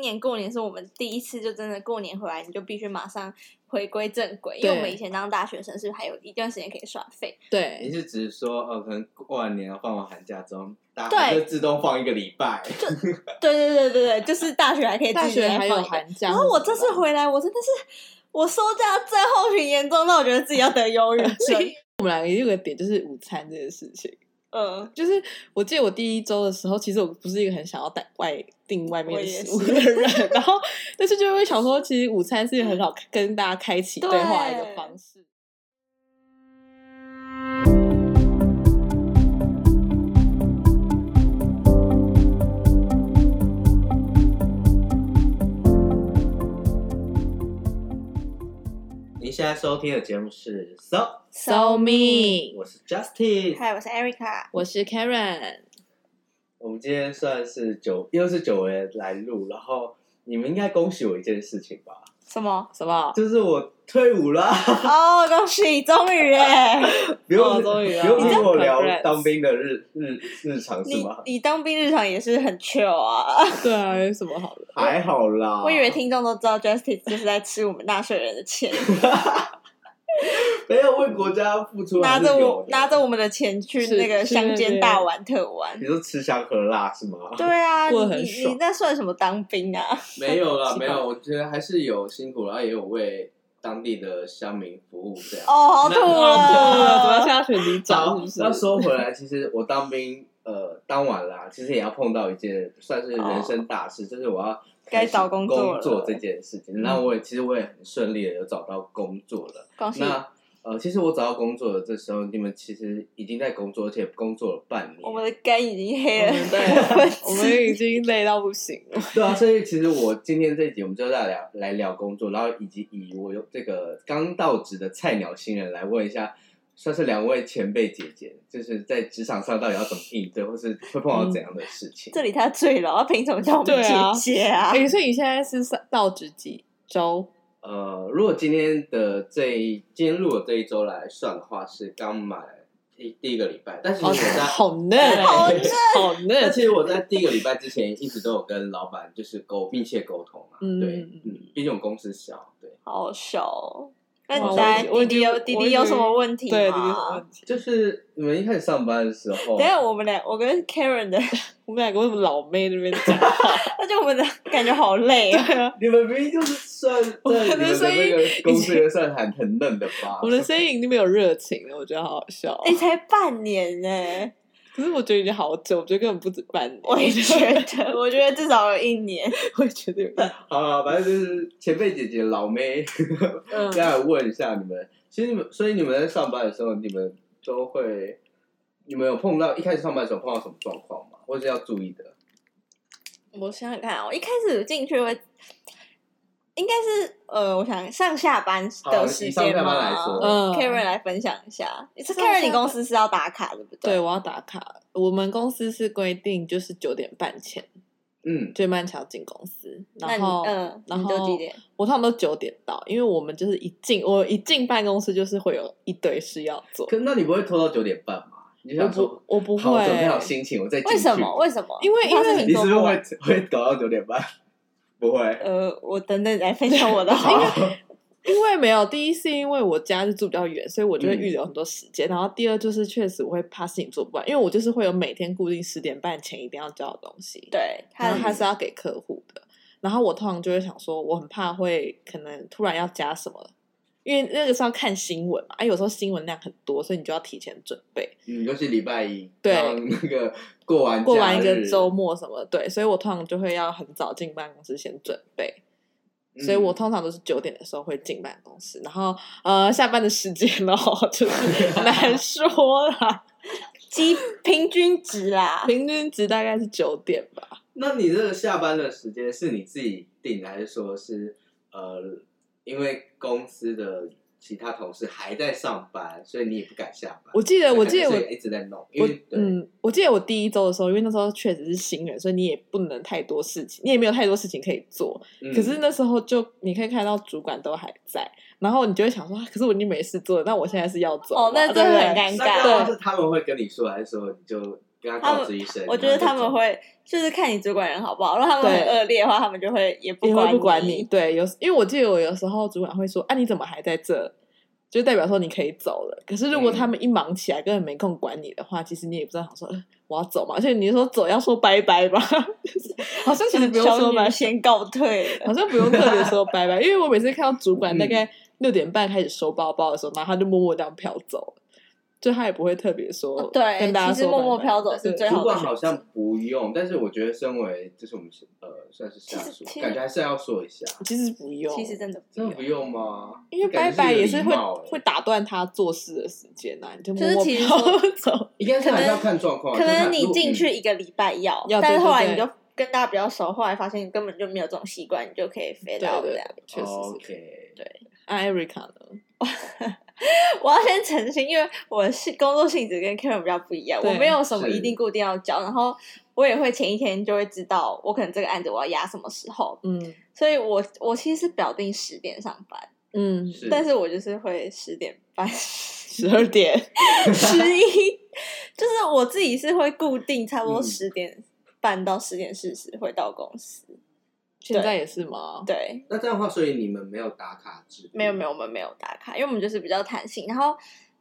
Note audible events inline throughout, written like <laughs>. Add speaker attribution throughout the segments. Speaker 1: 年过年是我们第一次就真的过年回来，你就必须马上回归正轨，因为我们
Speaker 2: 对
Speaker 1: 以前当大学生是还有一段时间可以耍废，
Speaker 2: 对
Speaker 3: 你是只是说，呃，可能过完年放完寒假之后，大家
Speaker 1: 对
Speaker 3: 就自动放一个礼拜，
Speaker 1: <laughs> 对对对对对，就是大学还可以
Speaker 2: 大
Speaker 1: 自己
Speaker 2: 学
Speaker 1: 来
Speaker 2: 还
Speaker 1: 放
Speaker 2: 有
Speaker 1: 一个。
Speaker 2: 寒假，
Speaker 1: 然后我这次回来，我真的是我收假症候群严重到我觉得自己要得忧郁 <laughs> 症。
Speaker 2: 我们两个也有个点就是午餐这件事情，
Speaker 1: 嗯，
Speaker 2: 就是我记得我第一周的时候，其实我不是一个很想要带外订外面
Speaker 1: 我
Speaker 2: 的
Speaker 1: 也
Speaker 2: 食物的人，然后但是就会想说，其实午餐是一个很好跟大家开启对话的一个
Speaker 1: 对
Speaker 2: 方式。
Speaker 3: <laughs> 您现在收听的节目是 So，
Speaker 2: So me，
Speaker 3: 我是 Justice。
Speaker 1: 嗨，我是 Erica，
Speaker 2: 我是 Karen，
Speaker 3: 我们今天算是久，又是久违来录，然后你们应该恭喜我一件事情吧，
Speaker 1: 什么？
Speaker 2: 什么？
Speaker 3: 就是我退伍啦，
Speaker 1: <laughs> 哦，恭喜，终于 <laughs> 哎！
Speaker 3: 不用、
Speaker 2: 终于啊
Speaker 3: 不用跟我聊
Speaker 2: Congrats
Speaker 3: 当兵的日日日常是
Speaker 1: 你
Speaker 3: 吗？
Speaker 1: 你当兵日常也是很 chill 啊，
Speaker 2: 对啊，有什么好的？
Speaker 3: 还好啦，
Speaker 1: 我以为听众都知道 Justice 就是在吃我们纳税人的钱，
Speaker 3: 没有为国家付出
Speaker 1: <laughs>
Speaker 3: 还
Speaker 1: 拿
Speaker 3: 是有
Speaker 1: 着
Speaker 3: 的，
Speaker 1: 我拿着我们的钱去
Speaker 2: 是
Speaker 1: 那个
Speaker 2: 去
Speaker 1: 乡
Speaker 2: 那
Speaker 1: 间
Speaker 2: 边
Speaker 1: 大玩特玩
Speaker 3: 你。说吃香喝辣是吗？
Speaker 1: 对啊，你
Speaker 2: 过得很
Speaker 1: 你
Speaker 2: 爽
Speaker 1: 你那算什么当兵啊？ <laughs>
Speaker 3: 没有啦，
Speaker 2: 奇
Speaker 3: 没
Speaker 2: 怪
Speaker 3: 有，我觉得还是有辛苦，然后也有为当地的乡民服务这样。
Speaker 1: 哦，好吐
Speaker 3: 那
Speaker 2: 哦对了，主
Speaker 1: 了
Speaker 2: 要现。在选里
Speaker 3: 然
Speaker 2: 长
Speaker 3: 后
Speaker 2: 是不是？
Speaker 3: 那说回来，其实我当兵，呃，当晚啦，其实也要碰到一件算是人生大事，就是我要
Speaker 1: 哦该
Speaker 3: 开始
Speaker 1: 找工
Speaker 3: 工
Speaker 1: 作了嗯
Speaker 3: 这件事情。那我也其实我也很顺利的有找到工作了。
Speaker 1: <laughs> 恭喜！
Speaker 3: 那呃，其实我找到工作的这时候，你们其实已经在工作，而且工作了半年。
Speaker 1: 我们的肝已经黑
Speaker 2: 我
Speaker 1: 了
Speaker 2: 们，
Speaker 1: 分
Speaker 2: 对，我
Speaker 1: 之
Speaker 2: 们已经累到不行了。
Speaker 3: 对啊，所以其实我今天这一集我们就在聊来聊工作，然后以及以我有这个刚到职的菜鸟新人来问一下，算是两位前辈姐姐，就是在职场上到底要怎么应对，或是会碰到怎样的事
Speaker 1: <laughs>
Speaker 3: 情？
Speaker 1: 这里他醉了，他凭什么叫我们
Speaker 2: 对啊
Speaker 1: 姐姐啊？ <laughs>
Speaker 2: 哎，所以你现在是上到职几周？
Speaker 3: 呃，如果今天的这一今天录的这一周来算的话，是刚满第第一个礼拜，但是
Speaker 2: 哦
Speaker 3: 我在。，
Speaker 2: 好嫩，
Speaker 1: 好
Speaker 3: 嫩，
Speaker 2: 好
Speaker 3: 但
Speaker 2: 嫩。
Speaker 3: 其实我在第一个礼拜之前一直都有跟老板就是沟密切沟通啊，
Speaker 2: 嗯
Speaker 3: 对
Speaker 2: 嗯，
Speaker 3: 嗯，毕竟我们公司小，对，
Speaker 1: 好笑哦。那你
Speaker 2: 哇我
Speaker 1: 在
Speaker 2: 已经
Speaker 1: 弟
Speaker 2: 我已
Speaker 1: 弟
Speaker 2: 经
Speaker 1: 有弟
Speaker 2: 我
Speaker 1: 弟
Speaker 2: 已
Speaker 1: 有
Speaker 2: 经
Speaker 1: 什么问题
Speaker 2: <laughs> 对，你有什么
Speaker 1: 吗？
Speaker 2: 问题？
Speaker 3: 就是你们一开始上班的时候，
Speaker 1: 等一下我们俩，我跟 Karen 的， <laughs>
Speaker 2: 我们两个为什么老妹那边讲话？
Speaker 1: 那就我们的感觉好累哦。
Speaker 2: 对啊，
Speaker 3: 你们明明就是算在
Speaker 2: 我
Speaker 3: 你
Speaker 2: 们的
Speaker 3: 们的
Speaker 2: 声
Speaker 3: 那
Speaker 2: 音
Speaker 3: 个公司也算很很嫩的吧？
Speaker 2: 我们的声音已经没有热情了，我觉得好好笑哦。
Speaker 1: 哎，才半年呢、
Speaker 2: 可是我觉得已经好久，我觉得根本不止半年。
Speaker 1: 我也觉得， <laughs> 我觉得至少有一年。
Speaker 2: <laughs> 我也觉得有点，
Speaker 3: 好了，反正就是前辈姐姐、老妹， <laughs>
Speaker 1: 嗯
Speaker 3: 再来问一下你们，其实你们，所以你们在上班的时候，你们都会，你们有碰到一开始上班的时候碰到什么状况吗？或者要注意的？
Speaker 1: 我想想看，我哦一开始进去会，应该是呃，我想上下班
Speaker 3: 好
Speaker 1: 的时
Speaker 3: 哦以上
Speaker 1: 间
Speaker 3: 下班来
Speaker 1: 吗
Speaker 3: 说
Speaker 2: 嗯
Speaker 1: k a r e n 来分享一下，是
Speaker 2: 上下
Speaker 1: Karen，你公司是要打卡对不
Speaker 2: 对，
Speaker 1: 对，
Speaker 2: 我要打卡。我们公司是规定就是九点半前
Speaker 3: 嗯，
Speaker 2: 最慢才要进公司，
Speaker 1: 那
Speaker 2: 然
Speaker 1: 你
Speaker 2: 后
Speaker 1: 嗯，
Speaker 2: 然
Speaker 1: 你都几
Speaker 2: 后
Speaker 1: 点？
Speaker 2: 我通常都九点到，因为我们就是一进我一进办公室就是会有一堆事要做。
Speaker 3: 可那你不会拖到九点半吗？你就
Speaker 2: 我
Speaker 3: 想说
Speaker 2: 不，我不
Speaker 3: 好，
Speaker 2: 会
Speaker 3: 我准备好心情，我再进去。
Speaker 1: 为什么？？为什么？
Speaker 2: 因为
Speaker 1: 你怕
Speaker 2: 因为
Speaker 1: 事情
Speaker 3: 你是
Speaker 1: 做
Speaker 3: 不是
Speaker 1: 不
Speaker 3: 会
Speaker 1: 完
Speaker 3: 会搞到九点半？ <laughs> 不会。
Speaker 1: 呃，我等等来分享我的好
Speaker 3: 好
Speaker 1: 了。，
Speaker 2: <laughs> 因为没有，第一是因为我家是住比较远，所以我就会
Speaker 3: 嗯
Speaker 2: 预留很多时间。然后第二就是确实我会怕事情做不完，因为我就是会有每天固定十点半前一定要交的东西，
Speaker 1: 对，他
Speaker 2: 然后
Speaker 3: 嗯
Speaker 2: 它是要给客户的。然后我通常就会想说，我很怕会可能突然要加什么，因为那个是要看新闻嘛，啊，有时候新闻量很多，所以你就要提前准备。
Speaker 3: 嗯，尤其礼拜一，
Speaker 2: 对
Speaker 3: 刚那个过完
Speaker 2: 过完
Speaker 3: 假
Speaker 2: 一个
Speaker 3: 日
Speaker 2: 周，末什么的，对，所以我通常就会要很早进办公室先准备。
Speaker 3: 嗯
Speaker 2: 所以我通常都是九点的时候会进办公室，然后呃下班的时间 <laughs> 哦，就是很
Speaker 3: <laughs>
Speaker 2: 难说啦，
Speaker 1: 基平均值啦，
Speaker 2: 平均值大概是九点吧。
Speaker 3: 那你这个下班的时间是你自己定的，还是说是呃，因为公司的其他同事还在上班，所以你也不敢下班？
Speaker 2: 我记得，我记得
Speaker 3: 所以
Speaker 2: 我
Speaker 3: 还是一直在弄，因
Speaker 2: 我
Speaker 3: 为对
Speaker 2: 嗯，我记得我第一周的时候，因为那时候确实是新人，所以你也不能太多事情，你也没有太多事情可以做。
Speaker 3: 嗯
Speaker 2: 可是那时候就你可以看到主管都还在，然后你就会想说，啊可是我已经没事做了，那我现在是要走
Speaker 1: 哦
Speaker 2: 了
Speaker 1: 那真的很
Speaker 2: 对
Speaker 1: 尴尬
Speaker 3: 那刚刚是他们会跟你说，还是说你就跟他告知一声。
Speaker 1: 我觉得
Speaker 3: 然后
Speaker 1: 他
Speaker 3: 就
Speaker 1: 们
Speaker 3: 走
Speaker 1: 会就是看你主管人好不好，如果他们很
Speaker 2: 对
Speaker 1: 恶劣的话，他们就会也不
Speaker 2: 也会
Speaker 1: 管
Speaker 2: 不管你。对，有因为我记得我有时候主管会说：“啊，你怎么还在这？”就代表说你可以走了。可是如果
Speaker 3: 嗯
Speaker 2: 他们一忙起来，根本没空管你的话，其实你也不知道想说、呃我要走嘛。而且你说走要说拜拜吧，就是好像其实不用
Speaker 1: 小
Speaker 2: 说拜
Speaker 1: 女，先告退了。
Speaker 2: <laughs> 好像不用特别说拜拜，因为我每次看到主管大
Speaker 1: 嗯
Speaker 2: 概六点半开始收包包的时候，然后他就默默这样飘走了，就他也不会特别说、
Speaker 1: 哦对
Speaker 2: 跟大家
Speaker 1: 其实
Speaker 2: 说
Speaker 1: 默默
Speaker 2: 拜拜
Speaker 1: 飘走是
Speaker 2: 对
Speaker 1: 最
Speaker 3: 主
Speaker 1: 好的
Speaker 3: 管
Speaker 1: 选
Speaker 3: 好像不用，但是我觉得身为就是我们是呃算是下
Speaker 1: 其实
Speaker 3: 属
Speaker 1: 其，实
Speaker 3: 感觉还是要说一下，
Speaker 2: 其实不用，
Speaker 1: 其实真的不
Speaker 3: 真
Speaker 1: 用
Speaker 3: 的不用吗？
Speaker 2: 因为拜
Speaker 3: 感觉
Speaker 2: 拜
Speaker 3: 有
Speaker 2: 也是会
Speaker 3: 礼貌欸
Speaker 2: 会打断他做事的时间啊呐、你就
Speaker 1: 就
Speaker 2: 默
Speaker 1: 是
Speaker 2: 默
Speaker 1: 其实
Speaker 2: 飘
Speaker 1: 说
Speaker 2: 走。
Speaker 3: 应该是还
Speaker 1: 可
Speaker 3: 是
Speaker 1: 能
Speaker 3: 要欸看状况，
Speaker 1: 可
Speaker 3: 哦就是
Speaker 1: 能
Speaker 3: 他
Speaker 1: 你
Speaker 3: 如
Speaker 1: 进去
Speaker 3: 嗯
Speaker 1: 一个礼拜要，
Speaker 2: 要
Speaker 1: 但是
Speaker 2: 对
Speaker 1: 后来
Speaker 2: 对
Speaker 1: 你
Speaker 2: 对
Speaker 1: 就跟大家比较熟，后来发现你根本就没有这种习惯，你就可以飞
Speaker 2: 对
Speaker 1: 到这
Speaker 2: 对
Speaker 1: 样。
Speaker 2: 对，确实是。
Speaker 3: 哦 OK，
Speaker 2: 啊，Erica 呢？
Speaker 1: 我要先澄清，因为我是工作性质跟 Karen 比较不一样，
Speaker 2: 对
Speaker 1: 我没有什么
Speaker 3: 是
Speaker 1: 一定固定要交，然后我也会前一天就会知道我可能这个案子我要压什么时候，
Speaker 2: 嗯
Speaker 1: 所以我我其实是表定十点上班，
Speaker 2: 嗯，
Speaker 3: 是，
Speaker 1: 但是我就是会十点
Speaker 3: <laughs>
Speaker 1: 半、
Speaker 2: 十
Speaker 1: <laughs>
Speaker 2: 二点，
Speaker 1: 十一，就是我自己是会固定差不多
Speaker 3: 嗯
Speaker 1: 十点半到十点四十会到公司，
Speaker 2: 现在也是吗？
Speaker 1: 对，
Speaker 3: 那这样的话，所以你们没有打卡制？
Speaker 1: 没有没有，我们没有打卡，因为我们就是比较弹性。然后，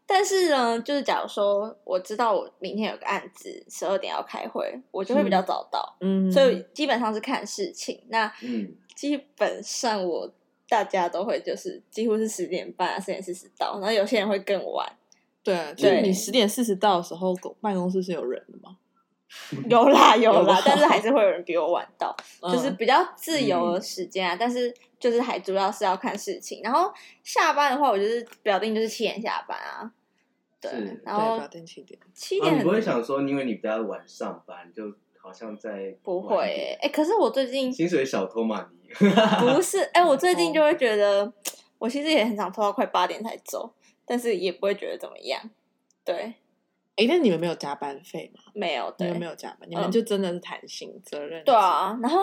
Speaker 1: 但是呢，就是假如说我知道我明天有个案子，十二点要开会，我就会比较早到，
Speaker 2: 嗯，
Speaker 1: 所以基本上是看事情。那
Speaker 3: 嗯，
Speaker 1: 基本上我大家都会就是几乎是十点半、啊十点四十到，然后有些人会更
Speaker 2: <laughs>
Speaker 1: 晚。
Speaker 2: 对，啊就是
Speaker 1: 对
Speaker 2: 你十点四十到的时候，公办公室是有人的嘛？
Speaker 1: 有啦有
Speaker 2: 有吧
Speaker 1: 啦，但是还是会有人比我晚到。 <laughs> 就是
Speaker 2: 嗯
Speaker 1: 比较自由的时间啊，但是就是还主要是要看事情。然后下班的话，我就是表定就是七点下班啊，对
Speaker 3: 是，
Speaker 1: 然
Speaker 2: 对，
Speaker 1: 后
Speaker 2: 八点七点，
Speaker 1: 七
Speaker 3: 啊，
Speaker 1: 点
Speaker 3: 你
Speaker 1: 很
Speaker 3: 不会想说，因为你比较晚上班，就好像在
Speaker 1: 不会
Speaker 3: 晚一
Speaker 1: 欸
Speaker 3: 点
Speaker 1: 哎、可是我最
Speaker 3: <laughs>
Speaker 1: 近
Speaker 3: 薪水小偷嘛你？
Speaker 1: 不是哎、我最
Speaker 3: 哦
Speaker 1: 近就会觉得，我其实也很想拖到快八点才走，但是也不会觉得怎么样。对，
Speaker 2: 哎，那你们没有加班费吗？
Speaker 1: 没有
Speaker 2: 你
Speaker 1: 对
Speaker 2: 们没有加班，你们
Speaker 1: 嗯
Speaker 2: 就真的是弹性责任。
Speaker 1: 对，啊，然后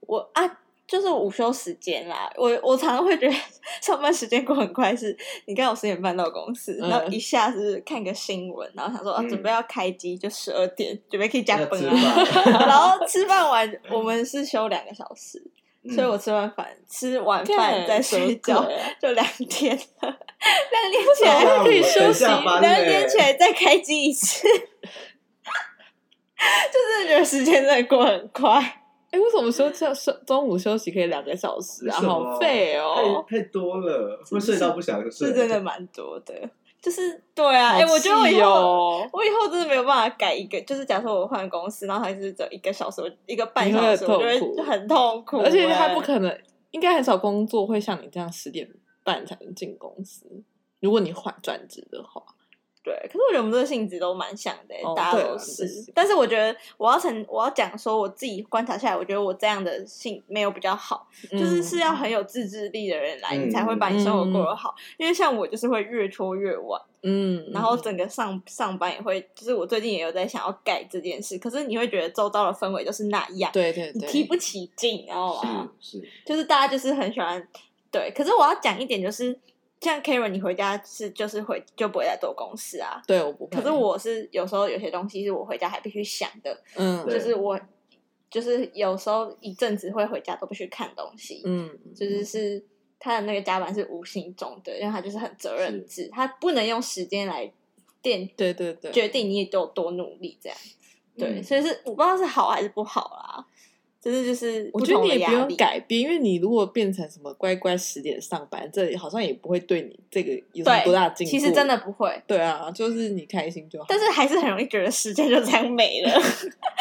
Speaker 1: 我啊，就是午休时间啦，我我常常会觉得 <laughs> 上班时间过很快是，你看我十点半到公司，
Speaker 2: 嗯
Speaker 1: 然后一下子看个新闻，然后想说、啊
Speaker 3: 嗯
Speaker 1: 准备要开机就十二点，准备可以加
Speaker 3: 要
Speaker 1: 班
Speaker 3: 吃
Speaker 1: 啊，
Speaker 3: 饭，
Speaker 1: <laughs> 然后吃饭完我们是休两个小时，
Speaker 3: 嗯
Speaker 1: 所以我吃完饭吃完
Speaker 2: 干
Speaker 1: 饭再睡觉
Speaker 2: 什么鬼
Speaker 1: <laughs>
Speaker 2: 啊，
Speaker 1: 就两
Speaker 2: <laughs>
Speaker 1: 点了，两点起
Speaker 2: 本
Speaker 1: 来
Speaker 2: 来
Speaker 3: 哇
Speaker 2: 可以
Speaker 3: 我
Speaker 2: 休
Speaker 3: 等
Speaker 2: 息
Speaker 3: 下班
Speaker 1: 两
Speaker 3: 嘞
Speaker 1: 点起来再开机一次， <laughs> 就是觉得时间真的过很快。
Speaker 2: 哎，为什么休休休中午休息可以两个小时啊？
Speaker 3: 为什么
Speaker 2: 好废哦！
Speaker 3: 太太多了，会睡到不想睡，
Speaker 1: 是真的蛮多的，就是对啊，哎、
Speaker 2: 好
Speaker 1: 我觉得我以
Speaker 2: 气
Speaker 1: 后
Speaker 2: 哦
Speaker 1: 我以后真的没有办法改一个，就是假设我换公司，然后还是只有一个小时，我一个半
Speaker 2: 你会
Speaker 1: 小时，
Speaker 2: 很
Speaker 1: 我就
Speaker 2: 痛苦
Speaker 1: 会很痛苦、
Speaker 2: 而且他
Speaker 1: 哎
Speaker 2: 不可能，应该很少工作会像你这样十点半才能进公司。如果你换转职的话，
Speaker 1: 对，可是我觉得我们这个性质都蛮像的、欸
Speaker 2: 哦
Speaker 1: 大
Speaker 2: 对
Speaker 1: 家
Speaker 2: 啊
Speaker 1: 都
Speaker 2: 这
Speaker 1: 是。
Speaker 2: 是
Speaker 1: 但是我觉得我要成，我要讲说我自己观察下来，我觉得我这样的性没有比较好，
Speaker 2: 嗯
Speaker 1: 就是是要很有自制力的人来，
Speaker 3: 嗯
Speaker 1: 你才会把你生活过得好。因为像我就是会越拖越晚。
Speaker 2: 嗯，嗯
Speaker 1: 然后整个上上班也会，就是我最近也有在想要改这件事，可是你会觉得周遭的氛围就是那样，
Speaker 2: 对对
Speaker 1: 你
Speaker 2: 对，
Speaker 1: 提不起劲，然后啊，
Speaker 3: 是是，
Speaker 1: 就是大家就是很喜欢对。可是我要讲一点，就是像 Karen，你回家是就是回就不会再做公事啊。
Speaker 2: 对我不会，
Speaker 1: 可是我是有时候有些东西是我回家还必须想的，
Speaker 2: 嗯
Speaker 3: 对
Speaker 1: 就是我就是有时候一阵子会回家都不去看东西，
Speaker 2: 嗯
Speaker 1: 就是是他的那个加班是无形中的，因为他就是很责任制，他不能用时间来奠
Speaker 2: 对对对，
Speaker 1: 决定你有多努力这样。对，
Speaker 3: 嗯
Speaker 1: 所以是我不知道是好还是不好啦，只是就是
Speaker 2: 我
Speaker 1: 不
Speaker 2: 觉得
Speaker 1: 同
Speaker 2: 你
Speaker 1: 的
Speaker 2: 也不
Speaker 1: 压
Speaker 2: 用
Speaker 1: 力。
Speaker 2: 改变，因为你如果变成什么乖乖十点上班，这好像也不会对你这个有什么多大的进步。
Speaker 1: 其实真的不会，
Speaker 2: 对啊，就是你开心就好。
Speaker 1: 但是还是很容易觉得时间就这样没了。 <laughs>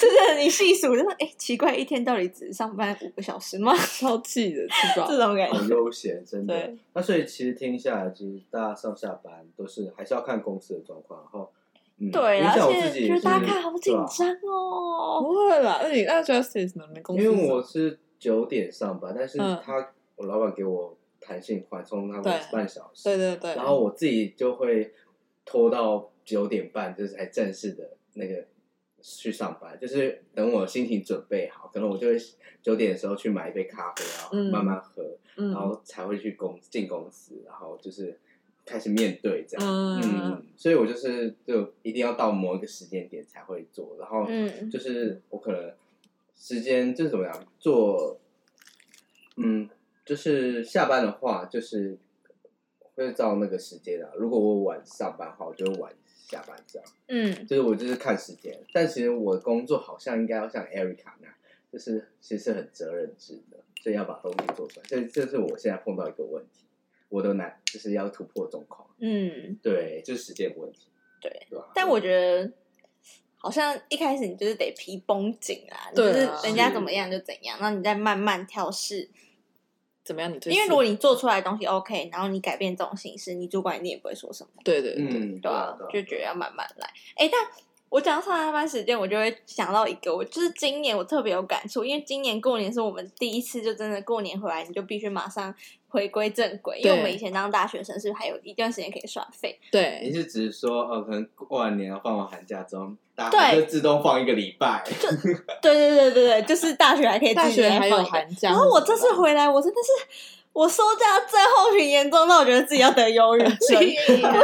Speaker 1: 就是你细数，就是哎、诶奇怪，一天到底只上班五个小时吗？
Speaker 2: 超气的，
Speaker 1: <laughs>
Speaker 2: 是吧
Speaker 1: 这？种感
Speaker 3: 很
Speaker 1: 觉。
Speaker 3: 悠闲，真的
Speaker 2: 对。
Speaker 3: 那所以其实听下来，其实大家上下班都是还是要看公司的状况，然后嗯，
Speaker 1: 对，
Speaker 3: 影
Speaker 1: 而
Speaker 3: 响我自己
Speaker 1: 且
Speaker 3: 也
Speaker 1: 觉得
Speaker 3: 是
Speaker 1: 大家看好紧。
Speaker 3: 对啊
Speaker 1: 张哦。
Speaker 2: 不会啦，那你那 Justice 呢？你们公
Speaker 3: 因
Speaker 2: 司
Speaker 3: 为
Speaker 2: 是
Speaker 3: 我是九点上班，但是
Speaker 2: 嗯
Speaker 3: 他我老板给我弹性缓冲，他
Speaker 2: 对
Speaker 3: 们半小时，
Speaker 2: 对对对，
Speaker 3: 然后我自己就会拖到九点半，就是才正式的那个去上班。就是等我心情准备好，可能我就会九点的时候去买一杯咖啡，然后
Speaker 2: 嗯
Speaker 3: 慢慢喝，
Speaker 2: 嗯
Speaker 3: 然后才会去公进公司，然后就是开始面对这样。
Speaker 2: 嗯，
Speaker 3: 嗯，所以我就是就一定要到某一个时间点才会做，然后
Speaker 1: 嗯
Speaker 3: 就是我可能时间就是怎么样做，嗯，就是下班的话就是会照那个时间啊。如果我晚上班的话，我就会晚下班这样。
Speaker 1: 嗯，
Speaker 3: 就是我就是看时间，但其实我工作好像应该要像 Erica 那样，就是其实是很责任制的，所以要把东西做出来。所以这是我现在碰到一个问题，我都难，就是要突破状况。
Speaker 1: 嗯，
Speaker 3: 对，就是时间问题。
Speaker 1: 对，
Speaker 3: 对吧？
Speaker 1: 但我觉得好像一开始你就是得皮绷紧啦，你
Speaker 2: 对
Speaker 1: 就
Speaker 2: 啊
Speaker 1: 是人家怎么样就怎样，那你再慢慢调试。
Speaker 2: 怎么样？你最
Speaker 1: 因为
Speaker 2: 适
Speaker 1: 如果你做出来的东西 OK，然后你改变这种形式，你主管一定也不会说什么，
Speaker 2: 对对对，
Speaker 3: 嗯，
Speaker 1: 对啊，
Speaker 3: 对
Speaker 1: 就觉得要慢慢来。哎，但我讲到上下班时间，我就会想到一个，我就是今年我特别有感触，因为今年过年是我们第一次，就真的过年回来你就必须马上回归正轨，因为
Speaker 2: 对
Speaker 1: 我们以前当大学生是还有一段时间可以耍废，
Speaker 2: 对
Speaker 3: 你是只是说，呃，可能过完年放完寒假之后，大家
Speaker 1: 对
Speaker 3: 就自动放一个礼拜。 <laughs>
Speaker 1: 对对对对对，就是大学还可以
Speaker 2: 大
Speaker 1: 自己
Speaker 2: 学
Speaker 1: 来放
Speaker 2: 还有
Speaker 1: 一个
Speaker 2: 寒假，
Speaker 1: 然后我这次回来，我真的是我收假症候群严重到我觉得自己要得忧郁症。 <laughs> 不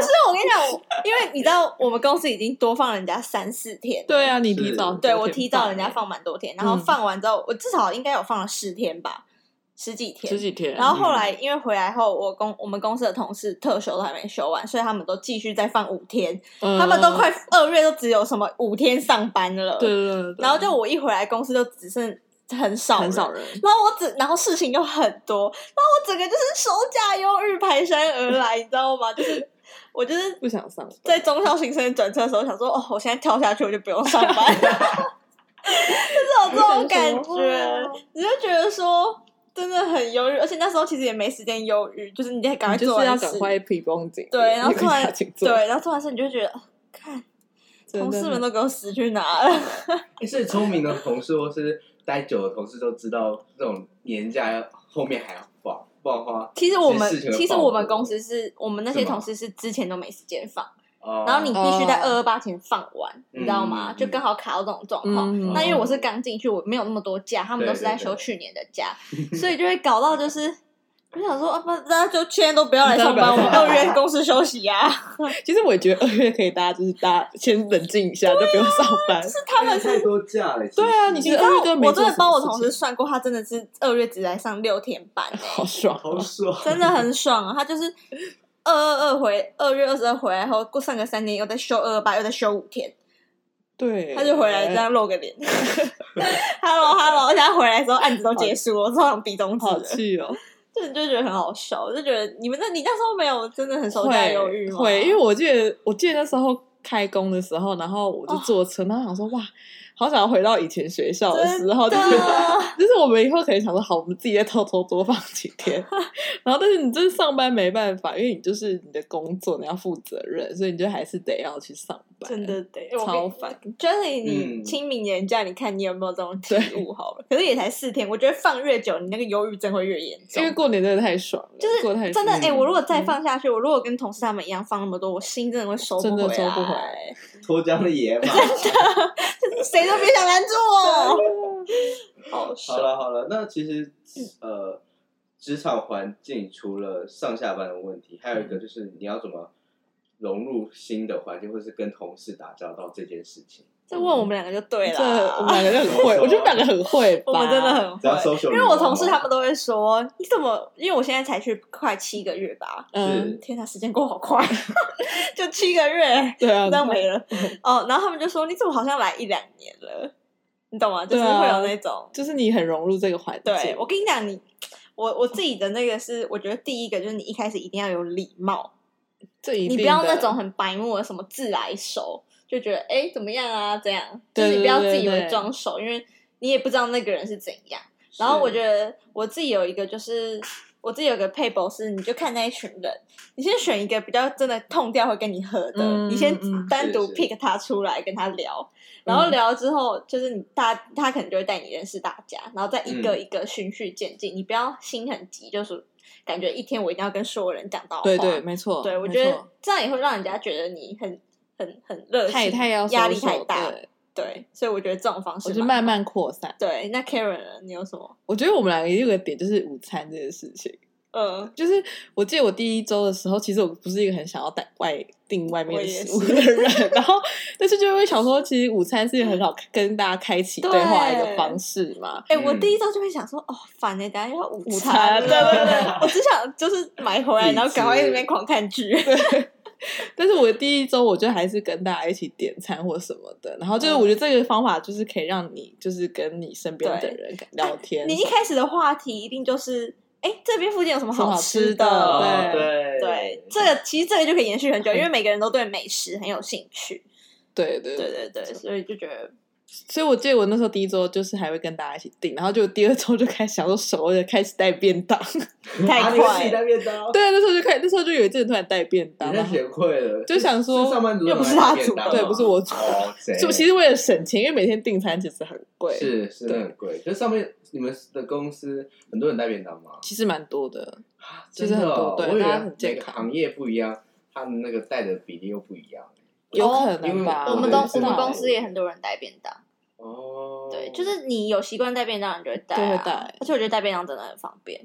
Speaker 1: 是，我跟你讲，我因为你知道我们公司已经多放人家三四天。
Speaker 2: <laughs> 对。啊，你
Speaker 3: 是
Speaker 2: 提早，
Speaker 1: 对，我提早人家，放蛮多天，然后
Speaker 2: 嗯
Speaker 1: 放完之后，我至少应该有放了十天吧，十几天。
Speaker 2: 十几天，嗯
Speaker 1: 然后后来因为回来后，我公我们公司的同事特休都还没休完，所以他们都继续再放五天，
Speaker 2: 嗯
Speaker 1: 他们都快二月都只有什么五天上班了。
Speaker 2: 对。对对对，
Speaker 1: 然后就我一回来，公司就只剩很少
Speaker 2: 很
Speaker 1: 人
Speaker 2: 少人，
Speaker 1: 然后我整，然后事情又很多，然后我整个就是手甲忧郁排山而来，你知道吗？就是我就是
Speaker 2: 不想上
Speaker 1: 在中校新生转车的时候想说，哦，我现在跳下去我就不用上
Speaker 2: <laughs>
Speaker 1: 班，就是有这种感
Speaker 2: 啊
Speaker 1: 觉，你就觉得说真的很忧郁，而且那时候其实也没时间忧郁，就是你得赶快
Speaker 2: 你
Speaker 1: 做
Speaker 2: 就是要
Speaker 1: 完
Speaker 2: 赶
Speaker 1: 事，
Speaker 2: 快皮绷紧，
Speaker 1: 对，然后
Speaker 2: 有
Speaker 1: 突然
Speaker 2: 事情做
Speaker 1: 对，然后突然是你就觉得，哦看
Speaker 2: 真的
Speaker 1: 同事们都给我死去哪了，
Speaker 3: 诶所以聪明的同事或是待久的同事都知道，这种年假要后面还要放，不然的话，
Speaker 1: 其实我们
Speaker 3: 其实事情有
Speaker 1: 其实
Speaker 3: 爆
Speaker 1: 我们
Speaker 3: 多
Speaker 1: 公司是我们那些
Speaker 3: 是吗
Speaker 1: 同事是之前都没时间放。
Speaker 3: 哦
Speaker 1: 然后你必须在二
Speaker 2: 哦
Speaker 1: 二八前放完，你知道吗？
Speaker 3: 嗯
Speaker 1: 就刚好卡到这种状况。
Speaker 2: 嗯，
Speaker 1: 那因为我是刚进去，我没有那么多假，他们都是在休
Speaker 3: 对对对
Speaker 1: 去年的
Speaker 2: <laughs>
Speaker 1: 假，所以就会搞到就是，我想说，啊，不，大家就现在都不要来上班，我们二月公司休息呀、啊。
Speaker 2: 其实我也觉得二月可以，大家就是大家先冷静一下，就不用上班。
Speaker 1: 啊是他们
Speaker 3: 哎太
Speaker 1: 是，
Speaker 3: 多假了。其实
Speaker 2: 对啊，你
Speaker 1: 你
Speaker 2: 其
Speaker 1: 知
Speaker 2: 实
Speaker 1: 道
Speaker 2: 二月，没
Speaker 1: 我
Speaker 2: 做
Speaker 1: 真的
Speaker 2: 什
Speaker 1: 帮我
Speaker 2: 么事
Speaker 1: 同
Speaker 2: 情
Speaker 1: 事算过，他真的是二月只来上六天班、欸
Speaker 2: 好爽，哦
Speaker 1: <laughs>
Speaker 3: 好爽。
Speaker 1: 真的很爽啊！他就是二二二回二月二十二回来后，过上个三天又再休二二八，又再休五天。
Speaker 2: 对，
Speaker 1: 他就回来这样露个
Speaker 2: <laughs>
Speaker 1: 脸 <laughs> ，hello hello，而且他回来的时候案子都结束了，我超想比中指
Speaker 2: 好
Speaker 1: 的，
Speaker 2: 气
Speaker 1: <laughs>
Speaker 2: 哦。
Speaker 1: 就就觉得很好笑，我就觉得你们那你那时候没有真的很手下
Speaker 2: 会
Speaker 1: 犹豫吗？
Speaker 2: 会，因为我记得我记得那时候开工的时候，然后我就
Speaker 1: 哦
Speaker 2: 坐车，然后想说哇，好想要回到以前学校的时候，就
Speaker 1: 真
Speaker 2: 是
Speaker 1: 的
Speaker 2: 就是我们以后可以想说好，我们自己再偷偷多放几
Speaker 1: <laughs>
Speaker 2: 天。然后但是你就是上班没办法，因为你就是你的工作你要负责任，所以你就还是得要去上班。
Speaker 1: 真的得我
Speaker 2: <laughs> 超
Speaker 1: 跟
Speaker 2: 烦。
Speaker 1: Jenny，你
Speaker 3: 嗯
Speaker 1: 清明年假，你看你有没有这种体悟好了？可是也才四天，我觉得放越久，你那个忧郁症会越严重
Speaker 2: 因为。过年真的太爽了，就是嗯过得太
Speaker 1: 真的
Speaker 2: 爽
Speaker 1: 哎、
Speaker 2: 了
Speaker 1: 我如果再放下去，我如果跟同事他们一样放那么多，我心真的会收
Speaker 2: 真
Speaker 1: 回
Speaker 2: 的
Speaker 1: 来，
Speaker 2: 收不回
Speaker 3: 脱缰的野马。
Speaker 1: 谁都别想拦住我。好爽嗯
Speaker 3: 好了好了，那其实呃，职场环境除了上下班的问题，还有一
Speaker 1: 嗯
Speaker 3: 个就是你要怎么融入新的环境，或是跟同事打交道这件事情。
Speaker 1: 这问我们两个就对
Speaker 2: 这我
Speaker 1: 了，
Speaker 2: 们两个就
Speaker 1: <laughs>
Speaker 2: 很会，我觉得我们两个很会吧，
Speaker 1: 我们真的很
Speaker 3: 只要
Speaker 1: 会。
Speaker 3: 收手，
Speaker 1: 因为我同事他们都会说，你怎么？因为我现在才去快七个月吧，
Speaker 2: 嗯，
Speaker 3: 是
Speaker 1: 天哪，时间过好快， <laughs> 就七个月，
Speaker 2: 对啊，
Speaker 1: 那没了。哦，然后他们就说，你怎么好像来一两年了？你懂吗？就是
Speaker 2: 对啊
Speaker 1: 会有那种。
Speaker 2: 就是你很融入这个环境，
Speaker 1: 对我跟你讲，你我我自己的那个是，我觉得第一个就是你一开始一定要有礼貌，
Speaker 2: 这一定
Speaker 1: 你不要
Speaker 2: 的
Speaker 1: 那种很白目的什么自来熟，就觉得哎、诶怎么样啊这样，就
Speaker 2: 对
Speaker 1: 是你不要
Speaker 2: 对
Speaker 1: 自
Speaker 2: 对
Speaker 1: 以为
Speaker 2: 对
Speaker 1: 装熟，因为你也不知道那个人是怎样。然后我觉得我自己有一个就是。我自己有个配博是，你就看那一群人，你先选一个比较真的痛调会跟你合的，
Speaker 2: 嗯
Speaker 1: 你先
Speaker 2: 嗯
Speaker 1: 单独
Speaker 3: 是是
Speaker 1: pick 他出来跟他聊，然后
Speaker 2: 嗯
Speaker 1: 聊之后就是你大他可能就会带你认识大家，然后再一个
Speaker 3: 嗯
Speaker 1: 一个循序渐进，你不要心很急，就是感觉一天我一定要跟所有人讲到话，
Speaker 2: 对对，没错，
Speaker 1: 对，我
Speaker 2: 没
Speaker 1: 觉得
Speaker 2: 错
Speaker 1: 这样也会让人家觉得你很很很热情，
Speaker 2: 太太要收
Speaker 1: 压力
Speaker 2: 手
Speaker 1: 太大
Speaker 2: 对
Speaker 1: 对，所以我觉得这种方式
Speaker 2: 我就
Speaker 1: 蛮
Speaker 2: 慢慢扩散。
Speaker 1: 对。那 Karen 呢？你有什么？
Speaker 2: 我觉得我们两个也有个点就是午餐这件事情，
Speaker 1: 嗯，
Speaker 2: 就是我记得我第一周的时候，其实我不是一个很想要带外订外面
Speaker 1: 我
Speaker 2: 的
Speaker 1: 也
Speaker 2: 食物的人，然后但是就会想说，其实午餐是一个很好跟大家开启对话的一个
Speaker 1: 嗯对
Speaker 2: 方式嘛。
Speaker 1: 哎、
Speaker 3: 嗯
Speaker 1: 我第一周就会想说，哦，烦哎、等下又要午
Speaker 2: 午
Speaker 1: 餐
Speaker 2: 餐
Speaker 1: 了，
Speaker 2: 对对对，
Speaker 1: 我只想就是买回
Speaker 3: 自
Speaker 1: 来，
Speaker 3: 己
Speaker 1: 然后赶快
Speaker 3: 吃
Speaker 1: 在那边狂看剧。
Speaker 2: 但是我第一周我就还是跟大家一起点餐或什么的，然后就是我觉得这个方法就是可以让你就是跟你身边的
Speaker 1: 嗯对啊
Speaker 2: 人聊
Speaker 1: <laughs>
Speaker 2: 天，
Speaker 1: 你一开始的话题一定就是，哎、这边附近有什么
Speaker 2: 什么好
Speaker 1: 吃
Speaker 2: 吃的对
Speaker 3: 哦对
Speaker 1: 对，这个其实这个就可以延续很久，因为每个人都对美食很有兴趣。
Speaker 2: 对对
Speaker 1: 对对对，所以就觉得
Speaker 2: 所以我记得我那时候第一周就是还会跟大家一起订，然后就第二周就开始想说熟了，开始带便当。 <laughs> 啊
Speaker 3: 啊
Speaker 1: 太快了。啊
Speaker 3: 那便当，
Speaker 2: 对，啊那时候就开始，那时候就有一阵突然带便当，
Speaker 3: 你
Speaker 2: 然
Speaker 3: 太
Speaker 2: 后
Speaker 3: 贤惠了，
Speaker 2: 啊就想说
Speaker 3: 是上班族
Speaker 1: 又不是
Speaker 3: 拿
Speaker 1: 他
Speaker 3: 便
Speaker 1: 煮
Speaker 3: 当
Speaker 1: 的
Speaker 3: 吗
Speaker 2: 对 <laughs> 不是我煮的
Speaker 3: 哦，谁
Speaker 2: 就其实为了省钱，因为每天订餐其实很贵，
Speaker 3: 是是
Speaker 2: 对
Speaker 3: 很贵，就上面你们的公司很多人带便当吗？
Speaker 2: 其实蛮多的。啊其实
Speaker 3: 真的哦
Speaker 2: 很多对
Speaker 3: 我以为
Speaker 2: 大家很健
Speaker 3: 每个
Speaker 2: 康
Speaker 3: 行业不一样，他们那个带的比例又不一样。欸
Speaker 2: 有可
Speaker 3: 因为
Speaker 2: 能吧，
Speaker 1: 哦我们
Speaker 3: 都
Speaker 1: 公
Speaker 2: 不
Speaker 1: 我
Speaker 2: 知道
Speaker 1: 们
Speaker 3: 都
Speaker 1: 公司也很多人带便当，
Speaker 3: 哦，
Speaker 1: 对，就是你有习惯带便当，你就会带、啊，
Speaker 2: 都会带
Speaker 1: 而且我觉得带便当真的很方便，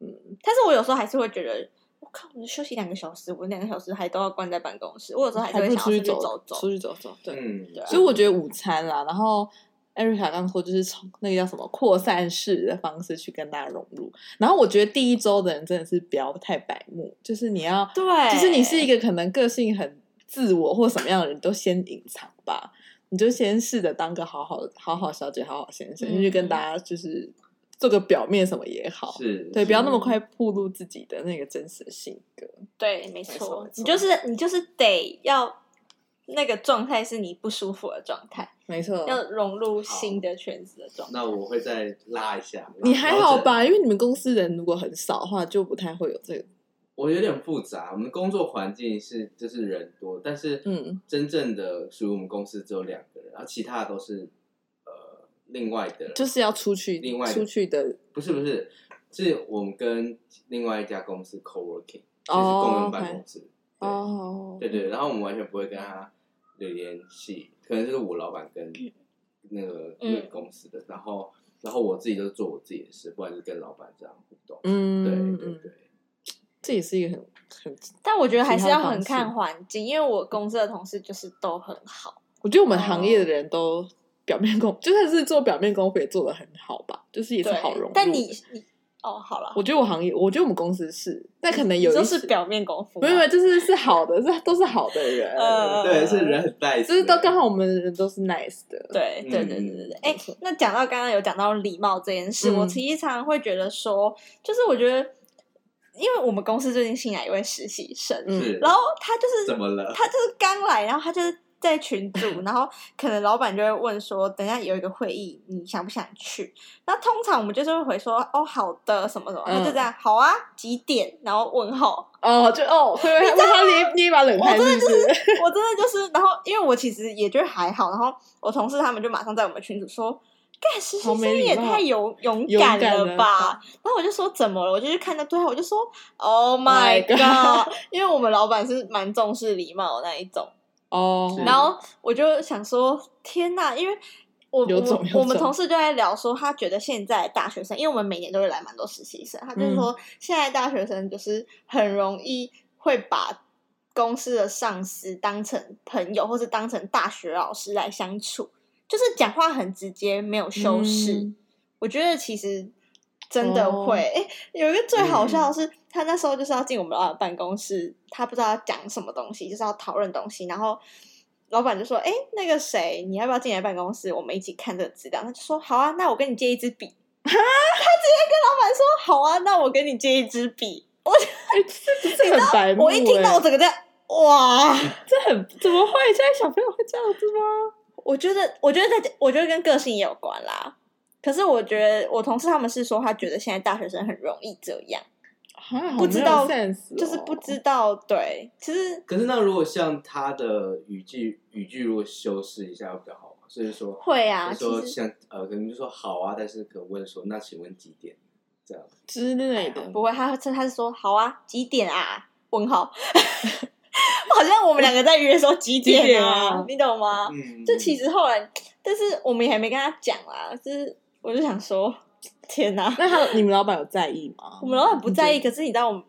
Speaker 2: 嗯，
Speaker 1: 但是我有时候还是会觉得，我靠，我休息两个小时，我两个小时还都要关在办公室，我有时候还是
Speaker 2: 还
Speaker 1: 会
Speaker 2: 不
Speaker 1: 想要
Speaker 2: 出
Speaker 1: 出
Speaker 2: 去
Speaker 1: 去
Speaker 2: 走
Speaker 1: 走走
Speaker 2: 出。去走走，对。
Speaker 3: 嗯，
Speaker 1: 对啊
Speaker 2: 所以我觉得午餐啦，然后艾瑞卡刚说就是从那个叫什么扩散式的方式去跟大家融入。然后我觉得第一周的人真的是不要太白目，就是你要，
Speaker 1: 对，
Speaker 2: 就是你是一个可能个性很自我或什么样的人，你都先隐藏吧。你就先试着当个好好好好小姐、好好先生，
Speaker 1: 嗯
Speaker 2: 就是跟大家就是做个表面什么也好，
Speaker 3: 是，
Speaker 2: 对，
Speaker 3: 是
Speaker 2: 不要那么快暴露自己的那个真实的性格。
Speaker 1: 对，没
Speaker 2: 没错
Speaker 1: 错
Speaker 2: 没，
Speaker 1: 你
Speaker 2: 错
Speaker 1: 就是你就是得要那个状态是你不舒服的状态，
Speaker 2: 没错，
Speaker 1: 要融入新的圈子的状态。
Speaker 3: 那我会再拉一下。
Speaker 2: 你还
Speaker 3: 调
Speaker 2: 好
Speaker 3: 整？
Speaker 2: 吧？因为你们公司人如果很少的话，就不太会有这个
Speaker 3: 我有点复杂，我们工作环境是就是人多，但是
Speaker 2: 嗯，
Speaker 3: 真正的属于我们公司只有两个人，然后其他的都是呃另外的人，
Speaker 2: 就是要出去，
Speaker 3: 另外的
Speaker 2: 出去的
Speaker 3: 不是不是，是我们跟另外一家公司 co-working，就是
Speaker 2: 哦
Speaker 3: 共用
Speaker 2: OK
Speaker 3: 办公室。对
Speaker 2: 哦，
Speaker 3: 对对，然后我们完全不会跟他有联系，可能就是我老板跟
Speaker 2: 嗯
Speaker 3: 那个、那个
Speaker 1: 嗯
Speaker 3: 公司的，然后然后我自己就做我自己的事，不然就跟老板这样互动。
Speaker 2: 嗯，
Speaker 3: 对对
Speaker 2: 嗯，
Speaker 3: 对，
Speaker 2: 这也是一个很很，
Speaker 1: 但我觉得还是要很
Speaker 2: 其他的方
Speaker 1: 看
Speaker 2: 式
Speaker 1: 环境，因为我公司的同事就是都很好，
Speaker 2: 我觉得我们行业的人都表面功，就算是做表面功夫也做的很好吧，就是也是
Speaker 1: 对
Speaker 2: 好融入。
Speaker 1: 但你你哦，好了，
Speaker 2: 我觉得我行业，我觉得我们公司是，但可能
Speaker 1: 你
Speaker 2: 有
Speaker 1: 就
Speaker 2: 一
Speaker 1: 是
Speaker 2: 些，
Speaker 1: 表面功夫
Speaker 2: 没
Speaker 1: 嘛，
Speaker 2: 有没有，就是是好的，是都是好的人，
Speaker 1: 呃
Speaker 3: 对，是人很 nice，
Speaker 2: 就是都刚好我们人都是 nice 的，
Speaker 1: 对对对
Speaker 3: 嗯
Speaker 1: 对对对。
Speaker 2: 没
Speaker 1: 哎、
Speaker 2: 错
Speaker 1: 那讲到刚刚有讲到礼貌这件事，
Speaker 2: 嗯
Speaker 1: 我其实常常会觉得说，就是我觉得，因为我们公司最近新来一位实习生，
Speaker 2: 嗯
Speaker 3: 是，
Speaker 1: 然后他就
Speaker 3: 怎
Speaker 1: 是
Speaker 3: 么了？
Speaker 1: 他就是刚来，然后他就是在群组，然后可能老板就会问说，等一下有一个会议，你想不想去？那通常我们就是会回说，哦，好的，什么什么，
Speaker 2: 嗯
Speaker 1: 他就这样，好啊，几点？然后问号，
Speaker 2: 哦，就哦，会不会会他捏捏一把冷汗，是不是？
Speaker 1: <laughs> 我真的就是，然后因为我其实也觉得还好，然后我同事他们就马上在我们群组说。干实习
Speaker 2: 好没
Speaker 1: 生
Speaker 2: 礼
Speaker 1: 也
Speaker 2: 貌
Speaker 1: 太勇勇
Speaker 2: 勇
Speaker 1: 敢
Speaker 2: 敢
Speaker 1: 了
Speaker 2: 了
Speaker 1: 吧！然后我就说怎么了？我就去看那对话，我就说 Oh my
Speaker 2: My <laughs>
Speaker 1: god！因为我们老板是蛮重视礼貌的那一种，
Speaker 2: 哦，
Speaker 1: 然后我就想说天呐，因为我
Speaker 2: 有种有
Speaker 1: 我我们
Speaker 2: 种
Speaker 1: 同事就在聊说，他觉得现在大学生，因为我们每年都会来蛮多实习生，他就
Speaker 2: 嗯
Speaker 1: 说现在大学生就是很容易会把公司的上司当成朋友，或是当成大学老师来相处，就是讲话很直接，没有修饰。
Speaker 2: 嗯
Speaker 1: 我觉得其实真的
Speaker 2: 哦
Speaker 1: 会。哎、有一个最好笑的是，他那时候就是要进我们老板办公室，他不知道要讲什么东西，就是要讨论东西，然后。老板就说：“哎、那个谁，你要不要进来办公室？我们一起看这个资料。”他就说：“好啊，那我跟你借一支笔。” <laughs> 他直接跟老板说：“好啊，那我跟你借一支笔。
Speaker 2: 哎，这这很白”目，
Speaker 1: 我一听到，
Speaker 2: 哎
Speaker 1: 我整个在哇！
Speaker 2: 这很怎么会？现在小朋友会这样子吗？
Speaker 1: 我觉得，我觉得在，我觉得跟个性也有关啦。可是我觉得，我同事他们是说，他觉得现在大学生很容易这样，
Speaker 2: 啊，好
Speaker 1: 不
Speaker 2: 没
Speaker 1: 知
Speaker 2: 有
Speaker 1: 道
Speaker 2: sense 哦
Speaker 1: 就是不知道对，其实
Speaker 3: 可是那如果像他的语句语句，如果修饰一下会比较好嘛，所以说
Speaker 1: 会啊，
Speaker 3: 就说
Speaker 1: 其实
Speaker 3: 像呃，可能就说好啊，但是可能问说那请问几点这样。
Speaker 2: 之类的。
Speaker 1: 不会，他他他是说好啊，几点啊？问号， <laughs> 好像我们两个在约说几点啊，
Speaker 2: 几点啊
Speaker 1: 你懂吗？
Speaker 3: 嗯
Speaker 1: 啊就其实后来，但是我们也还没跟他讲啦，就是我就想说，天哪！
Speaker 2: 那他你们老板有在意吗？
Speaker 1: 我们老板不在意，
Speaker 2: 你觉
Speaker 1: 可是你知道我们，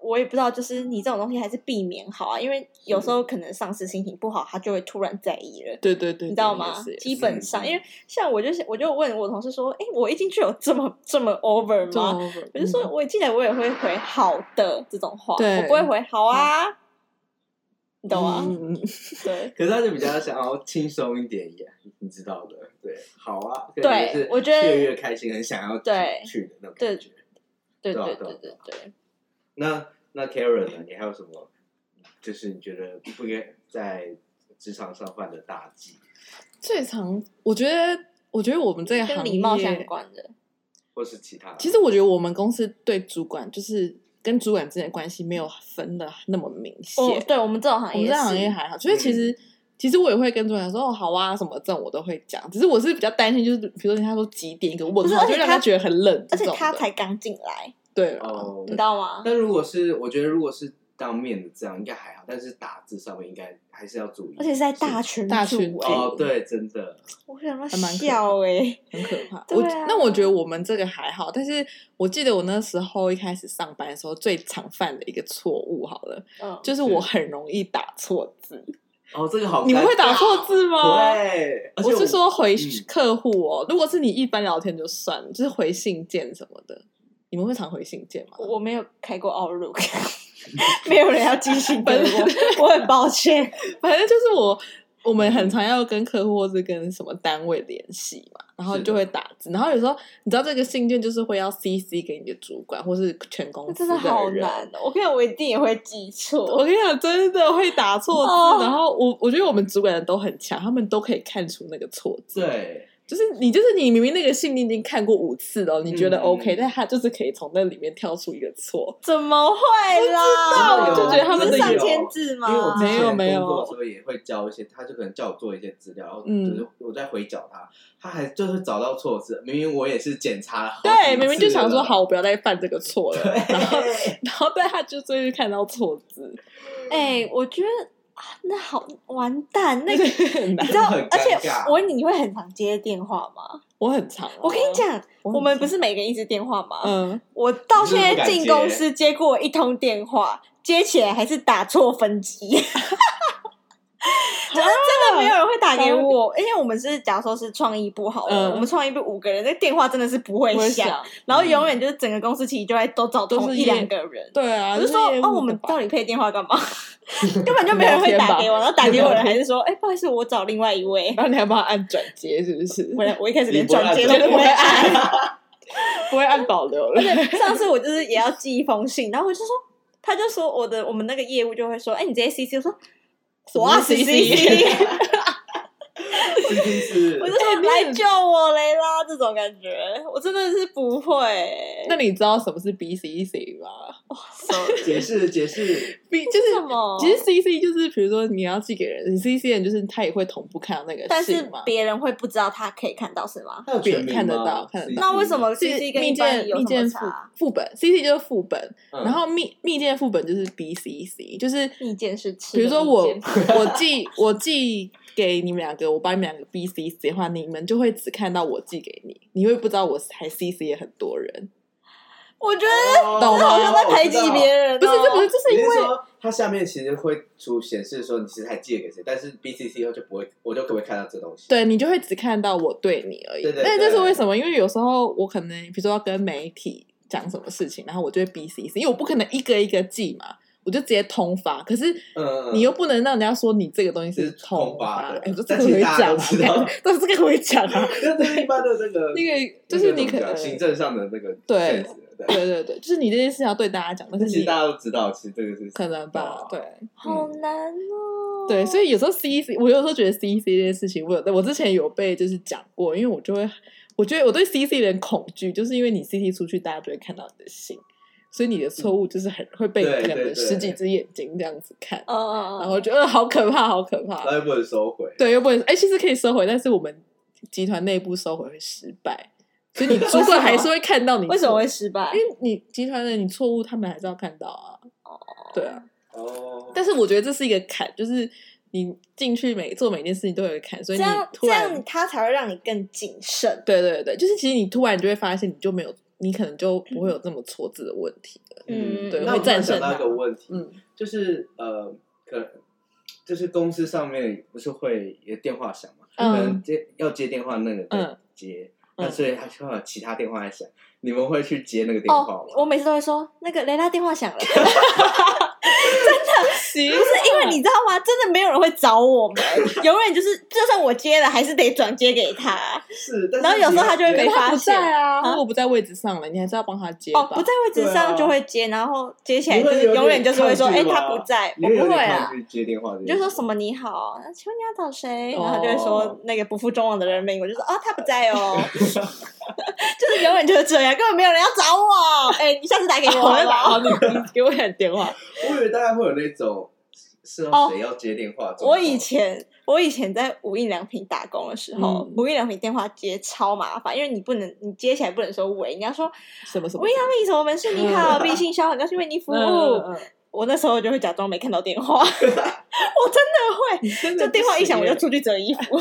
Speaker 1: 我也不知道，就是你这种东西还是避免好啊，因为有时
Speaker 2: 嗯
Speaker 1: 候可能上司心情不好，他就会突然在意了。
Speaker 2: 得，对对对，
Speaker 1: 你知道
Speaker 2: 对
Speaker 1: 吗
Speaker 2: 也是也？是
Speaker 1: 基本上，
Speaker 3: 嗯
Speaker 1: 因为像我就是，我就问我同事说：“哎、我一进去有这么这么 over
Speaker 2: 这
Speaker 1: 吗
Speaker 2: 种 over，？”
Speaker 1: 我就说，
Speaker 2: 嗯
Speaker 1: 我一进来我也会回“好的”这种话，
Speaker 2: 对
Speaker 1: 我不会回“好啊”，你懂吗？
Speaker 2: 嗯嗯嗯
Speaker 1: <laughs> 对
Speaker 3: 可是他就比较想要轻松一点也，你知道的，对，好啊，
Speaker 1: 对
Speaker 3: 感觉是
Speaker 1: 我觉得
Speaker 3: 越越开心，很想要
Speaker 1: 对
Speaker 3: 去的那种感觉。
Speaker 1: 对
Speaker 3: <laughs> 对啊
Speaker 1: 对
Speaker 3: 对啊
Speaker 1: 对对对。
Speaker 3: 那那 Karen 呢？你还有什么？就是你觉得不该在职场上犯的大忌，
Speaker 2: 最常我觉得，我觉得我们这个
Speaker 1: 跟
Speaker 2: 啊行
Speaker 1: 礼貌相
Speaker 2: 业
Speaker 1: 关的，
Speaker 3: 或是其他？
Speaker 2: 其实我觉得我们公司对主管就是跟主管之间的关系没有分的那么明显。
Speaker 1: 哦，对我们这种行
Speaker 2: 我
Speaker 1: 业
Speaker 2: 们
Speaker 1: 是，嗯
Speaker 2: 这行业还好，就是其实、其实我也会跟主管说哦好啊什么这种我都会讲，只是我是比较担心，就是比如说他说几点一个
Speaker 1: 不
Speaker 2: 问
Speaker 1: 是
Speaker 2: 号，
Speaker 1: 而
Speaker 2: 就
Speaker 1: 且
Speaker 2: 让
Speaker 1: 他
Speaker 2: 他觉得很冷这
Speaker 1: 而且
Speaker 2: 种的，
Speaker 1: 他才刚进来，
Speaker 2: 对啊
Speaker 3: 哦
Speaker 1: 你，知道吗？
Speaker 3: 但如果是我觉得如果是当面的这样应该还好，但是打字上面应该还是要注意，
Speaker 1: 而且是在大群
Speaker 2: 大
Speaker 1: 组
Speaker 2: 群
Speaker 1: 哎、
Speaker 2: 组
Speaker 3: 哦，对，真的，
Speaker 1: 我想要
Speaker 2: 还蛮可
Speaker 1: 笑哎、
Speaker 2: 很可怕。
Speaker 1: 对啊
Speaker 2: 我那我觉得我们这个还好，但是我记得我那时候一开始上班的时候最常犯的一个错误，好了，
Speaker 1: 嗯，
Speaker 2: 就是
Speaker 3: 是
Speaker 2: 我很容易打错字。
Speaker 3: 哦，这个好尴尬，哦
Speaker 2: 你们会打错字吗？
Speaker 3: 对，而且
Speaker 2: 我是说回
Speaker 3: 嗯
Speaker 2: 客户哦，如果是你一般聊天就算了，就是回信件什么的，你们会常回信件吗？
Speaker 1: 我没有开过 Outlook，没有人要寄信给我，我很抱歉。
Speaker 2: 反正就是我，我们很常要跟客户或是跟什么单位联系嘛，然后
Speaker 3: 是的
Speaker 2: 就会打字，然后有时候你知道这个信件就是会要 CC 给你的主管或是全
Speaker 1: 那
Speaker 2: 公司
Speaker 1: 真的好
Speaker 2: 人。
Speaker 1: 难哦！我跟你讲，我一定也会记
Speaker 2: 我
Speaker 1: 错。
Speaker 2: 跟你讲，真的会打错字。
Speaker 1: 哦
Speaker 2: 然后我我觉得我们主管人都很强，他们都可以看出那个错字。
Speaker 3: 对，
Speaker 2: 就是你，就是你明明那个信你已经看过五次了，你觉得
Speaker 3: 嗯
Speaker 2: OK，、但他就是可以从那里面挑出一个错。
Speaker 1: 怎么会
Speaker 3: 我
Speaker 1: 啦？
Speaker 3: 知道我就觉得他们
Speaker 1: 你
Speaker 3: 的
Speaker 1: 是上
Speaker 3: 有
Speaker 1: 千字吗
Speaker 3: 因为我？之
Speaker 2: 没有
Speaker 3: 前
Speaker 2: 没有
Speaker 3: 工作的时候也会教一些，他就可能叫我做一些资料，然后
Speaker 2: 嗯
Speaker 3: 就是我在回缴他，他还就是找到错字，明明我也是检查了好几次了，
Speaker 2: 对，明明就想说好，我不要再犯这个错了，然后 <laughs> 然后但他就最近看到错字，
Speaker 1: 哎、我觉得啊，那好完蛋，那个。
Speaker 2: <laughs> 很难
Speaker 1: 你知道
Speaker 3: 真的很，
Speaker 1: 而且
Speaker 3: 尴尬
Speaker 1: 我问你，你会很常接电话吗？
Speaker 2: 我很长、
Speaker 1: 我跟你，讲，
Speaker 2: 我
Speaker 1: 我们不
Speaker 2: 是
Speaker 1: 是每个人一直电话吗？
Speaker 2: 嗯，
Speaker 1: 我到现在进公
Speaker 3: 你
Speaker 1: 司接过一通电话，接起来还是打错分机。
Speaker 2: 就是真
Speaker 1: 没有人会打给我，因为我们是假如说是创意部好了，
Speaker 2: 嗯
Speaker 1: 我们创意部五个人，那电话真的是不会
Speaker 2: 不会
Speaker 1: 响，
Speaker 2: 想，
Speaker 1: 然后永远就是整个公司其实就在都找
Speaker 2: 都
Speaker 1: 同
Speaker 2: 是
Speaker 1: 一
Speaker 2: 业
Speaker 1: 两个人。
Speaker 2: 对啊，
Speaker 1: 我就说
Speaker 2: 是业务
Speaker 1: 哦，我们
Speaker 2: 的吧
Speaker 1: 到底配电话干嘛？ <laughs> 根本就没有人会打给我，然后打给我的人还是说，哎，不好意思，我找另外一
Speaker 2: <laughs>
Speaker 1: 位。
Speaker 2: <laughs> 然后你还帮他按转接，是不 <laughs> 是？
Speaker 1: 我我一开始
Speaker 3: 你
Speaker 1: 连
Speaker 3: 不会
Speaker 1: 转接
Speaker 3: 按
Speaker 1: 都
Speaker 2: 绝对
Speaker 1: 不会
Speaker 2: 不会
Speaker 1: 按。
Speaker 2: 不会按保留了，
Speaker 1: <laughs> 上次我就是也要寄一封信，然后我就说，哦他就说我的我们那个业务就会说，哎，你直接 CC，我说啊我要
Speaker 2: CC <laughs>
Speaker 1: CC，
Speaker 3: 一定
Speaker 1: <laughs>
Speaker 3: 是
Speaker 1: 我就说
Speaker 2: 你很
Speaker 1: 来救我雷啦，这种感觉，我真的是不会、
Speaker 2: 那你知道什么是 BCC 吗哦
Speaker 3: 解释解释，
Speaker 2: ？B 就是
Speaker 1: 什么？
Speaker 2: 其实 CC 就是，比如说你要寄给人，你 CC 人就是他也会同步看到那个
Speaker 1: 但是
Speaker 2: 信嘛。
Speaker 1: 别人会不知道他可以看到是吗？
Speaker 3: 他有全名吗
Speaker 2: 看得到看得到
Speaker 1: 那为什？么
Speaker 2: 是
Speaker 1: CC 跟
Speaker 2: 密
Speaker 1: 一般人
Speaker 2: 件
Speaker 1: 有什么
Speaker 2: 密件副
Speaker 1: 差？
Speaker 2: 副本，CC 就是副本，
Speaker 3: 嗯
Speaker 2: 然后密密件副本就是 BCC，就是
Speaker 1: 密件是吃
Speaker 2: 比
Speaker 1: 的意
Speaker 2: 如
Speaker 1: 见，
Speaker 2: 说我我寄我寄给你们两个，我把你们两个 BCC 的话，你们就会只看到我寄给你，你会不知道我还 CC 也很多人，
Speaker 1: 我觉得
Speaker 3: 哦
Speaker 2: 懂吗
Speaker 1: 好像在排挤别
Speaker 3: 人。
Speaker 1: 人哦、
Speaker 2: 不是这不是，这是
Speaker 3: 你
Speaker 2: 因
Speaker 3: 是
Speaker 2: 为
Speaker 3: 说它下面其实会出显示说你是还借给谁，但是 BCC 后就不会，我就不会看到这东西。
Speaker 2: 对你就会只看到我对你而已。
Speaker 3: 对对
Speaker 2: 但是这是
Speaker 3: 对
Speaker 2: 为什么？因为有时候我可能比如说要跟媒体讲什么事情，然后我就会 BCC，因为我不可能一个一个记嘛，我就直接通发。可是
Speaker 3: 嗯，嗯，
Speaker 2: 你又不能让人家说你这个东西
Speaker 3: 是
Speaker 2: 通
Speaker 3: 通发
Speaker 2: 发
Speaker 3: 的，
Speaker 2: 哎你说这
Speaker 3: 但
Speaker 2: 个
Speaker 3: 其
Speaker 2: 会
Speaker 3: 实大家
Speaker 2: 讲
Speaker 3: 都知道
Speaker 2: 啊，但 <laughs> 是这个会讲
Speaker 3: <laughs>
Speaker 2: 啊，
Speaker 3: 那这一般的这个
Speaker 2: <laughs> 那个就是你可
Speaker 3: 那
Speaker 2: 能
Speaker 3: 个怎么讲行政上的那个
Speaker 2: 对
Speaker 3: sense，对，
Speaker 2: 对对对，就是你这件事情要对大家讲，但是
Speaker 3: 但其
Speaker 2: 你
Speaker 3: 实大家都知道，其实这个是
Speaker 2: 可能吧，对
Speaker 1: 好难哦、
Speaker 2: 对，所
Speaker 1: 以
Speaker 2: 以有时候 C C，我有时候觉得 C C 这件事情，我有我之前有被就是讲过，因为我就会，我觉得我对 C C 有点恐惧，就是因为你 C E C 出去，大家就会看到你的信，所以你的错误就是很会被
Speaker 3: 对
Speaker 2: 可能
Speaker 3: 对对
Speaker 2: 十几只眼睛这样子看，
Speaker 1: 嗯嗯嗯，
Speaker 2: 然后觉得好可怕，好可怕
Speaker 3: 然，后又不能收回。
Speaker 2: 对，又不能，哎，其实可以收回，但是我们集团内部收回会失败，所以你主管还是会看到你，
Speaker 1: <laughs> 为什么会？失败
Speaker 2: 因？为你集团的你错误，他们还是要看到啊，对啊。
Speaker 3: 哦，
Speaker 2: 但是我觉得这是一个坎，就是你进去每做每件事情都有看，所以
Speaker 1: 这
Speaker 2: 你
Speaker 1: 样
Speaker 2: 突
Speaker 1: 这
Speaker 2: 然
Speaker 1: 样他才会让你更谨慎。
Speaker 2: 对对对，就是其实你突然就会发现，你就没有，你可能就不会有这么错字的问题了。
Speaker 1: 嗯
Speaker 2: 对
Speaker 3: 那
Speaker 2: 会
Speaker 3: 我突
Speaker 2: 战
Speaker 3: 然
Speaker 2: 胜
Speaker 3: 想到一
Speaker 2: 它
Speaker 3: 个问题，
Speaker 2: 嗯，
Speaker 3: 就是呃，可就是公司上面不是会有电话响嘛，
Speaker 2: 嗯
Speaker 3: 可能接要接电话那个
Speaker 2: 嗯
Speaker 3: 在接，
Speaker 2: 嗯
Speaker 3: 那所以他就会有其他电话在响，你们会去接那个电话
Speaker 1: 哦
Speaker 3: 吗？，
Speaker 1: 我每次都会说那个雷拉电话响
Speaker 2: <laughs>
Speaker 1: 了，不
Speaker 2: <laughs>
Speaker 1: 是
Speaker 2: 行，
Speaker 1: 因为你知道吗？真的没有人会找我
Speaker 2: <laughs>
Speaker 1: 们，永远就是就算我接了，还是得转接给他。
Speaker 3: 是，但是
Speaker 1: 然后有时候他就会
Speaker 2: 可
Speaker 1: 被
Speaker 2: 是
Speaker 1: 发
Speaker 2: 他不
Speaker 1: 现
Speaker 2: 在啊，
Speaker 1: 啊
Speaker 2: 如果不在位置上了，你还是要帮他接吧。啊
Speaker 1: 哦，不在位置上就会接，然后接起来
Speaker 3: 你
Speaker 1: 就
Speaker 3: 会
Speaker 1: 是
Speaker 3: 有点
Speaker 1: 永远就是会说，
Speaker 3: 抗
Speaker 1: 哎、
Speaker 3: 拒吗
Speaker 1: 他不在，
Speaker 3: 你
Speaker 1: 我
Speaker 3: 会有
Speaker 1: 不会
Speaker 3: 点
Speaker 1: 啊
Speaker 3: 抗。拒接电话这
Speaker 1: 你
Speaker 3: 件
Speaker 1: 就
Speaker 3: 事，
Speaker 1: 说什么你好，那请问你要找谁？然后
Speaker 2: 嗯哦
Speaker 1: 就会说那个不负众望的人名，我就说哦他不在
Speaker 2: <laughs>
Speaker 1: 哦，就是永远就是这样，根本没有人要找我。哎、你下次打给我
Speaker 2: 我
Speaker 1: 好
Speaker 2: 在
Speaker 1: 不
Speaker 2: 打
Speaker 1: 好？
Speaker 2: <laughs> 好
Speaker 1: <laughs>
Speaker 2: 你，你给我点电话。
Speaker 3: 我以为大家会有那种是
Speaker 1: 哦
Speaker 3: 要谁要接电话的状况，
Speaker 1: 我以前我以前在无印良品打工的时候
Speaker 2: 嗯，
Speaker 1: 无印良品电话接超麻烦，因为你不能你接起来不能说喂，你要
Speaker 2: <laughs>
Speaker 1: 说
Speaker 2: 什么什么
Speaker 1: 无印良品什么门市你
Speaker 2: <laughs>
Speaker 1: 好，毕信肖很高兴为您服
Speaker 2: 嗯嗯
Speaker 1: 务。
Speaker 2: 嗯嗯
Speaker 1: 我那时候就会假装没看到电话，我 <laughs> 真的会。
Speaker 2: 你嗯 <laughs> 真的
Speaker 1: 就
Speaker 2: 不
Speaker 1: 电话一响，
Speaker 2: 行
Speaker 1: 我
Speaker 2: 耶
Speaker 1: 就出去折衣服，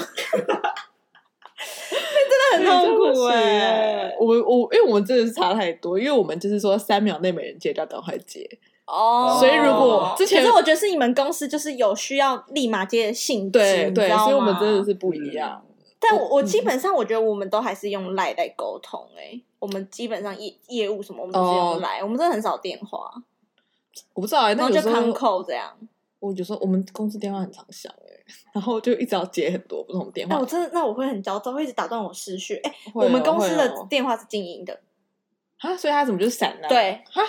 Speaker 1: 那真的很痛苦哎、
Speaker 2: 我们我因为我们真的是差太多，因为我们就是说三秒内没人接就要赶快接，
Speaker 1: 哦
Speaker 2: 所以如果之前
Speaker 1: 可是我觉得是你们公司就是有需要立马接的性质，
Speaker 2: 对
Speaker 1: 你
Speaker 2: 对，
Speaker 1: 知道吗
Speaker 2: 所以我们真的。是
Speaker 1: 嗯
Speaker 2: 不一样。
Speaker 1: 但我我基本上我觉得我们都还是用赖在沟通哎、我们基本上业业务什么我们都是
Speaker 2: 哦
Speaker 1: 用赖，我们真的很少电话，
Speaker 2: 我不知道哎，
Speaker 1: 然
Speaker 2: 那
Speaker 1: 后
Speaker 2: 有
Speaker 1: 就
Speaker 2: 时
Speaker 1: 康
Speaker 2: 候
Speaker 1: 扣这样。
Speaker 2: 我有时候我们公司电话很常响哎，然后就一直要接很多不同电
Speaker 1: 那
Speaker 2: 话
Speaker 1: 哎我。真的那我会很焦躁，会一直打断我思绪。哎、
Speaker 2: 嗯会哦
Speaker 1: 我们公司
Speaker 2: 会
Speaker 1: 的
Speaker 2: 哦
Speaker 1: 电话是静音的，
Speaker 2: 啊，所以他怎么就闪了？
Speaker 1: 对
Speaker 2: 啊，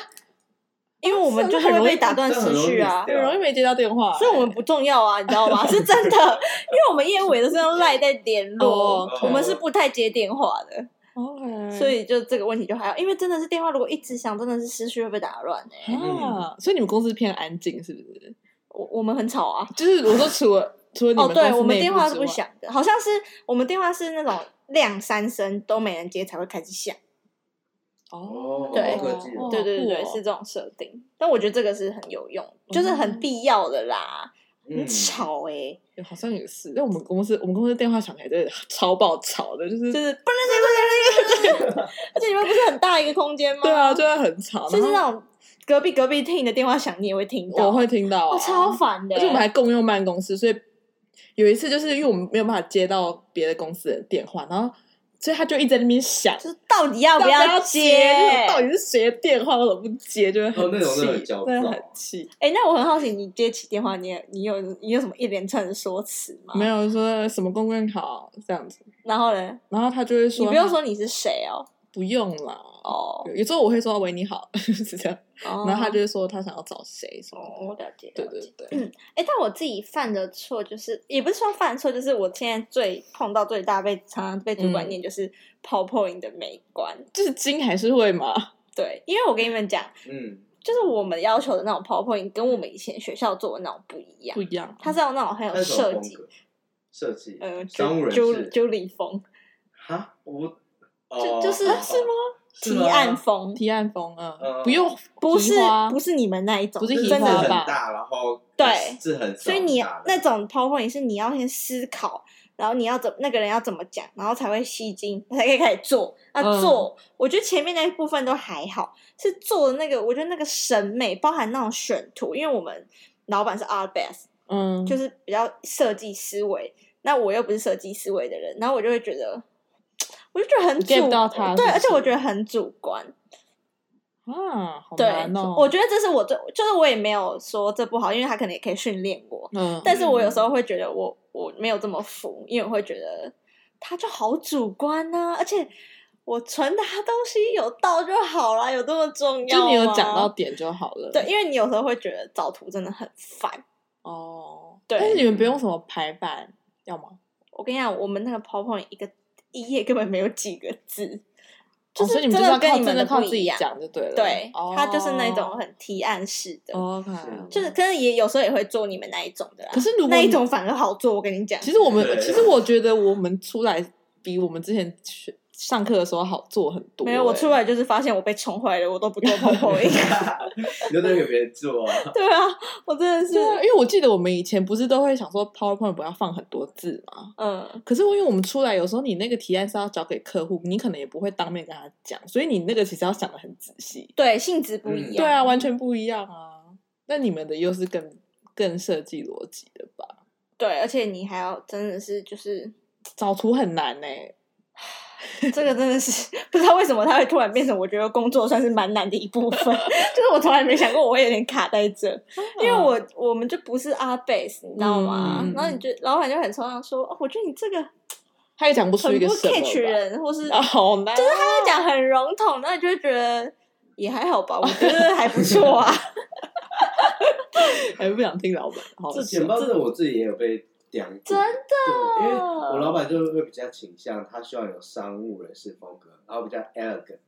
Speaker 1: 因为我们
Speaker 2: 是
Speaker 1: 就
Speaker 2: 很
Speaker 1: 是会
Speaker 2: 容易
Speaker 1: 被打断
Speaker 3: 这很
Speaker 1: 思
Speaker 3: 容易
Speaker 1: 绪啊
Speaker 3: miss 掉。
Speaker 2: 很容易没接到电话，欸
Speaker 1: 所以我们不重要啊，你知道吗？是真的，因为我们业务也都是用赖在联络
Speaker 2: 哦，嗯
Speaker 1: 我们是不太接电话的，
Speaker 2: OK，
Speaker 1: 所以就这个问题就还好，因为真的是电话如果一直响，真的是思绪会被打乱哎、
Speaker 2: 啊，所以你们公司偏安静是不是？
Speaker 1: 我我们很吵啊，
Speaker 2: 就是我说除
Speaker 1: <laughs>
Speaker 2: 了除了你
Speaker 1: 哦，
Speaker 2: 们公司内
Speaker 1: 对，
Speaker 2: 部
Speaker 1: 我们电话是
Speaker 2: 之
Speaker 1: 不
Speaker 2: 外，
Speaker 1: 响的，好像是我们电话是那种亮三声都没人接才会开始响，
Speaker 2: 哦，
Speaker 1: 对
Speaker 3: 好科技哦
Speaker 1: 对对对对，
Speaker 2: 酷哦嗯
Speaker 1: 是这种设定。但我觉得这个是很有用，就是很必要的啦，很
Speaker 3: 嗯
Speaker 1: 吵哎、
Speaker 2: 对好像也是，但我们公司我们公司电话响起来真的超爆吵的，就是
Speaker 1: 就是不能 <laughs> 而且你们不是很大一个空间吗？
Speaker 2: 对啊，就会很吵，
Speaker 1: 就是
Speaker 2: 然后
Speaker 1: 那种隔壁隔壁听你的电话响，你也会听到。
Speaker 2: 我会听到啊，
Speaker 1: 哦，超烦的。
Speaker 2: 而且我们还共用办公室，所以有一次就是因为我们没有办法接到别的公司的电话，然后所以他就一直在那边响，
Speaker 1: 就是到底要不
Speaker 2: 要
Speaker 1: 接？
Speaker 2: 就是到底是谁的电话，我怎么不接？就会很
Speaker 3: 哦那种真的很
Speaker 2: 气
Speaker 3: 焦躁
Speaker 2: 真的很气。
Speaker 1: 哎、那我很好奇，你接起电话，你也你有你有什么一连串的说辞吗？
Speaker 2: 没。有说什么公关好这样子，
Speaker 1: 然后呢？
Speaker 2: 然后他就会说
Speaker 1: 你不用说你是谁哦。
Speaker 2: 不用啦。 <laughs>
Speaker 1: 哦。
Speaker 2: 有时候我会说喂你好， <laughs> 是这样，
Speaker 1: 哦
Speaker 2: 然后他就会说他想要找谁什么
Speaker 1: 哦，
Speaker 2: 的。
Speaker 1: 我了解。
Speaker 2: 对
Speaker 1: 了解
Speaker 2: 对对，
Speaker 1: 哎、但我自己犯的错就是，也不是说犯错，就是我现在最碰到最大被常常被主管
Speaker 2: 嗯
Speaker 1: 念就是 PowerPoint 的美观。
Speaker 2: 就是金还是会嘛，
Speaker 1: 对，因为我跟你们讲，
Speaker 3: 嗯，
Speaker 1: 就是我们要求的那种 PowerPoint 跟我们以前学校做的那种不一样
Speaker 2: 不。一样。
Speaker 1: 它是有那种很
Speaker 3: 它
Speaker 1: 有
Speaker 3: 是什么
Speaker 1: 设
Speaker 3: 风
Speaker 1: 计，
Speaker 3: 格？设计，
Speaker 1: 呃，
Speaker 3: 商务
Speaker 1: 朱
Speaker 3: 人
Speaker 1: 朱
Speaker 3: 士
Speaker 1: 朱理风，
Speaker 3: 哈，我
Speaker 1: 就
Speaker 3: 哦
Speaker 1: 就是啊
Speaker 3: 好好
Speaker 1: 是吗？
Speaker 3: 是啊
Speaker 1: 提
Speaker 3: 吗
Speaker 1: 案风，
Speaker 2: 提案风啊，
Speaker 3: 嗯
Speaker 2: 不用
Speaker 1: 不是
Speaker 2: 提花
Speaker 1: 不是你们那一种，
Speaker 2: 不是
Speaker 3: 就是
Speaker 2: 提
Speaker 1: 真
Speaker 3: 字
Speaker 2: 花
Speaker 1: 的。
Speaker 3: 很
Speaker 2: 吧
Speaker 3: 大，然后呃
Speaker 1: 对
Speaker 3: 字很少
Speaker 1: 所以你
Speaker 3: 很大的
Speaker 1: 那种 PowerPoint 是你要先思考，然后你要怎那个人要怎么讲，然后才会吸睛，才可以开始做。那
Speaker 2: 嗯
Speaker 1: 做，我觉得前面那一部分都还好，是做的那个，我觉得那个审美包含那种选图，因为我们老板是 Art Best，
Speaker 2: 嗯，
Speaker 1: 就是比较设计思维。那我又不是设计思维的人，然后我就会觉得，我就觉得很
Speaker 2: 你 get
Speaker 1: 主
Speaker 2: 不到他
Speaker 1: 对，
Speaker 2: 是不
Speaker 1: 而且我
Speaker 2: 是
Speaker 1: 觉得很主观。
Speaker 2: 啊，好
Speaker 1: 对，
Speaker 2: 难哦。
Speaker 1: 我觉得这是我最，就是我也没有说这不好，因为他可能也可以训练我，
Speaker 2: 嗯，
Speaker 1: 但是我有时候会觉得我我没有这么服，因为我会觉得他就好主观呐、而且我传达东西有到就好啦，有这么重要
Speaker 2: 就
Speaker 1: 吗？
Speaker 2: 你有讲到点就好了。
Speaker 1: 对，因为你有时候会觉得找图真的很烦。
Speaker 2: 哦，
Speaker 1: 对
Speaker 2: 但是你们不用什么排版，要吗？
Speaker 1: 我跟你讲，我们那个 PowerPoint 一个一页根本没有几个字，就
Speaker 2: 哦所
Speaker 1: 是
Speaker 2: 以你
Speaker 1: 真
Speaker 2: 们就是
Speaker 1: 的
Speaker 2: 要
Speaker 1: 跟
Speaker 2: 靠
Speaker 1: 你们
Speaker 2: 的靠
Speaker 1: 不
Speaker 2: 自
Speaker 1: 一
Speaker 2: 己
Speaker 1: 样。
Speaker 2: 讲就对了。
Speaker 1: 对，
Speaker 2: 哦
Speaker 1: 它就是那种很提案式的。
Speaker 2: OK，
Speaker 1: 就是，可能也有时候也会做你们那一种的啦。
Speaker 2: 可是如果
Speaker 1: 那一种反而好做，我跟你讲。
Speaker 2: 其实我们
Speaker 3: 对
Speaker 2: 其实我觉得我们出来比我们之前学上课的时候好做很多、
Speaker 1: 没有，我
Speaker 2: 欸
Speaker 1: 出来就是发现我被宠坏了，我都不做碰
Speaker 2: <laughs>
Speaker 1: 碰音。
Speaker 3: 你就都给别人做啊。
Speaker 1: <laughs> 对啊，我真的是
Speaker 2: 对，啊，因为我记得我们以前不是都会想说 PowerPoint 不要放很多字嘛。
Speaker 1: 嗯，
Speaker 2: 可是因为我们出来，有时候你那个提案是要交给客户，你可能也不会当面跟他讲，所以你那个其实要想的很仔细。
Speaker 1: 对，性质不一
Speaker 3: 嗯
Speaker 1: 样。
Speaker 2: 对啊，完全不一样啊。那你们的又是更更设计逻辑的吧？
Speaker 1: 对，而且你还要真的是就是
Speaker 2: 找图很难欸呢、
Speaker 1: 这个真的是不知道为什么它会突然变成我觉得工作算是蛮难的一部分， <laughs> 就是我从来没想过我会有点卡在这，因为我我们就不是阿贝斯，你知道吗？
Speaker 2: 哦嗯嗯嗯
Speaker 1: 然后你就老板就很常常说、哦，我觉得你这个
Speaker 2: 他也讲不出
Speaker 1: 很
Speaker 2: 一
Speaker 1: 不
Speaker 2: 个什
Speaker 1: catch
Speaker 2: 么吧。
Speaker 1: 人，或是
Speaker 2: <laughs> 啊，
Speaker 1: 他
Speaker 2: 好难、就是他
Speaker 1: 讲很笼统，那你就会觉得也还好 <laughs> 吧，我觉得还不错 <laughs> 啊。
Speaker 2: 还不想听老板，好
Speaker 3: 这
Speaker 2: 笑
Speaker 3: 钱包真的我自己也有被刁过，
Speaker 1: 真
Speaker 3: 的因为我老板就会比较倾向他希望有商务人士风格，然后比较 elegant，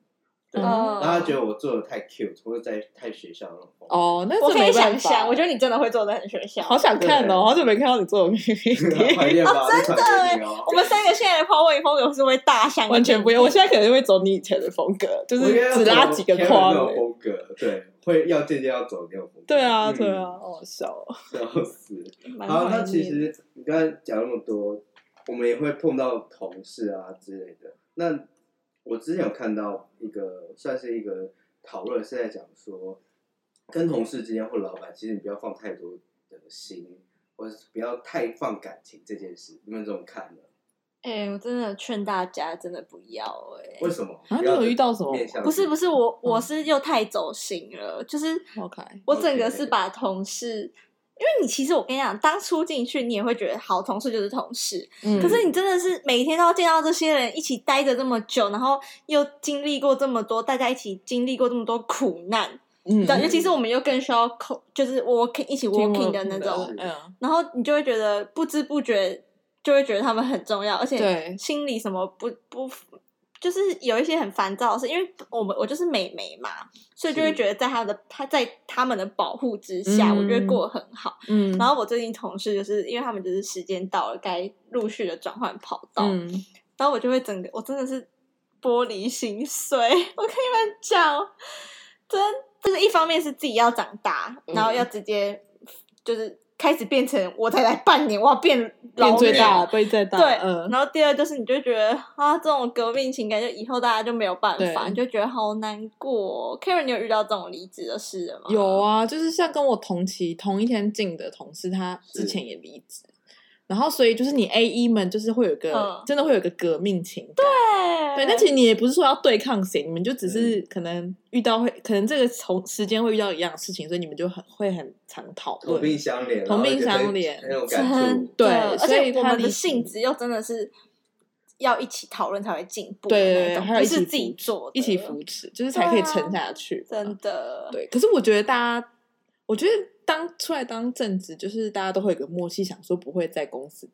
Speaker 3: 对，
Speaker 2: 嗯
Speaker 3: 然后他觉得我做的太 cute 或者在太学校那种风 <laughs> 格。
Speaker 2: 哦，那
Speaker 1: 我
Speaker 2: 这
Speaker 1: 可
Speaker 2: 没
Speaker 1: 以想
Speaker 2: 办法。
Speaker 1: 象，我觉得你真的会做的很学校。
Speaker 2: 好想看
Speaker 3: 对
Speaker 2: 哦，好久没看到你做的 PPT，
Speaker 3: 怀念
Speaker 2: 哦
Speaker 3: 吧，真
Speaker 2: 欸
Speaker 3: 的
Speaker 1: 我们三个现在的抛问风格是会大
Speaker 3: 啊
Speaker 1: 相径庭
Speaker 2: <laughs> 完全不用。我现在可能会走你以前的风格，就是只拉几个框欸
Speaker 3: 那种
Speaker 2: 而已。
Speaker 3: 风格，对，会要渐渐要走那种风格。
Speaker 2: 对啊，
Speaker 3: 嗯
Speaker 2: 对啊，，好好笑哦。
Speaker 3: 笑死。
Speaker 1: 蛮
Speaker 3: 好，
Speaker 1: 怀
Speaker 3: 那其
Speaker 1: 念的
Speaker 3: 实你刚才讲那么多，我们也会碰到同事啊之类的。那我之前有看到一个，算是一个讨论，是在讲说，跟同事之间或老板，其实你不要放太多的心，或者是不要太放感情这件事。你们怎么看呢？
Speaker 1: 哎、我真的劝大家，真的不要哎、
Speaker 3: 为什么？
Speaker 2: 啊
Speaker 3: 不要
Speaker 2: 你有遇到什么
Speaker 3: 面向
Speaker 1: 不是不
Speaker 3: 是，
Speaker 1: 是，我我
Speaker 2: 嗯
Speaker 1: 是又太走心了，就是
Speaker 2: 好可爱
Speaker 1: 我整个是把同事，因为你其实我跟你讲，当初进去你也会觉得好同事就是同事，
Speaker 2: 嗯
Speaker 1: 可是你真的是每天都要见到这些人一起待着这么久，然后又经历过这么多，大家一起经历过这么多苦难，
Speaker 2: 嗯
Speaker 1: 对，
Speaker 3: 嗯
Speaker 1: 尤其是我们又更需要 co 就是 working 一起 working 的那种，
Speaker 3: 是
Speaker 2: 嗯，
Speaker 1: 然后你就会觉得不知不觉就会觉得他们很重要，而且
Speaker 2: 对
Speaker 1: 心里什么不不就是有一些很烦躁的事，因为我们我就是美眉嘛，所以就会
Speaker 3: 是
Speaker 1: 觉得在他的他在他们的保护之下，
Speaker 2: 嗯
Speaker 1: 我觉得过得很好。
Speaker 2: 嗯，
Speaker 1: 然后我最近同事就是因为他们就是时间到了，该陆续的转换跑道，
Speaker 2: 嗯，
Speaker 1: 然后我就会整个我真的是玻璃心碎， <laughs> 我跟你们讲，真就是一方面是自己要长大，
Speaker 2: 嗯
Speaker 1: 然后要直接就是开始变成我才来半年，我要变老
Speaker 2: 变最
Speaker 1: 人
Speaker 2: 大，被最大，
Speaker 1: 对，
Speaker 2: 嗯
Speaker 1: 然后第二就是你就觉得啊，这种革命情感就以后大家就没有办法，
Speaker 2: 对
Speaker 1: 你就觉得好难过、Karen，你有哦遇到这种离职的事了吗？
Speaker 2: 有，啊，就是像跟我同期同一天进的同事，他之前也离职。然后，所以就是你 A E 们，就是会有一个、
Speaker 1: 嗯
Speaker 2: 真的会有一个革命情感，
Speaker 1: 对，嗯
Speaker 2: 对，但其实你也不是说要对抗谁，你们就只是可能遇到会，可能这个同时间会遇到一样的事情，所以你们就很会很常讨
Speaker 3: 同病
Speaker 2: 论。
Speaker 3: 相怜，
Speaker 2: 同病相
Speaker 3: 然后就很
Speaker 2: 怜
Speaker 3: 很有
Speaker 1: 真
Speaker 3: 感触
Speaker 1: 的。
Speaker 2: 对
Speaker 1: 而
Speaker 2: 所
Speaker 1: 且
Speaker 2: 以
Speaker 1: 我
Speaker 2: 他
Speaker 1: 们的
Speaker 2: 离
Speaker 1: 性
Speaker 2: 职
Speaker 1: 质又真的是要一起讨论才会进步的
Speaker 2: 对对
Speaker 1: 那
Speaker 2: 对，
Speaker 1: 种，
Speaker 2: 还有
Speaker 1: 不
Speaker 2: 一起
Speaker 1: 是自己
Speaker 2: 扶持
Speaker 1: 做的，啊
Speaker 2: 一起扶持，就是才可以撑下去。嗯
Speaker 1: 真 <laughs> 的，
Speaker 2: 对，可是我觉得大家，我觉得当出来当正职，就是大家都会有个默契，想说不会在公司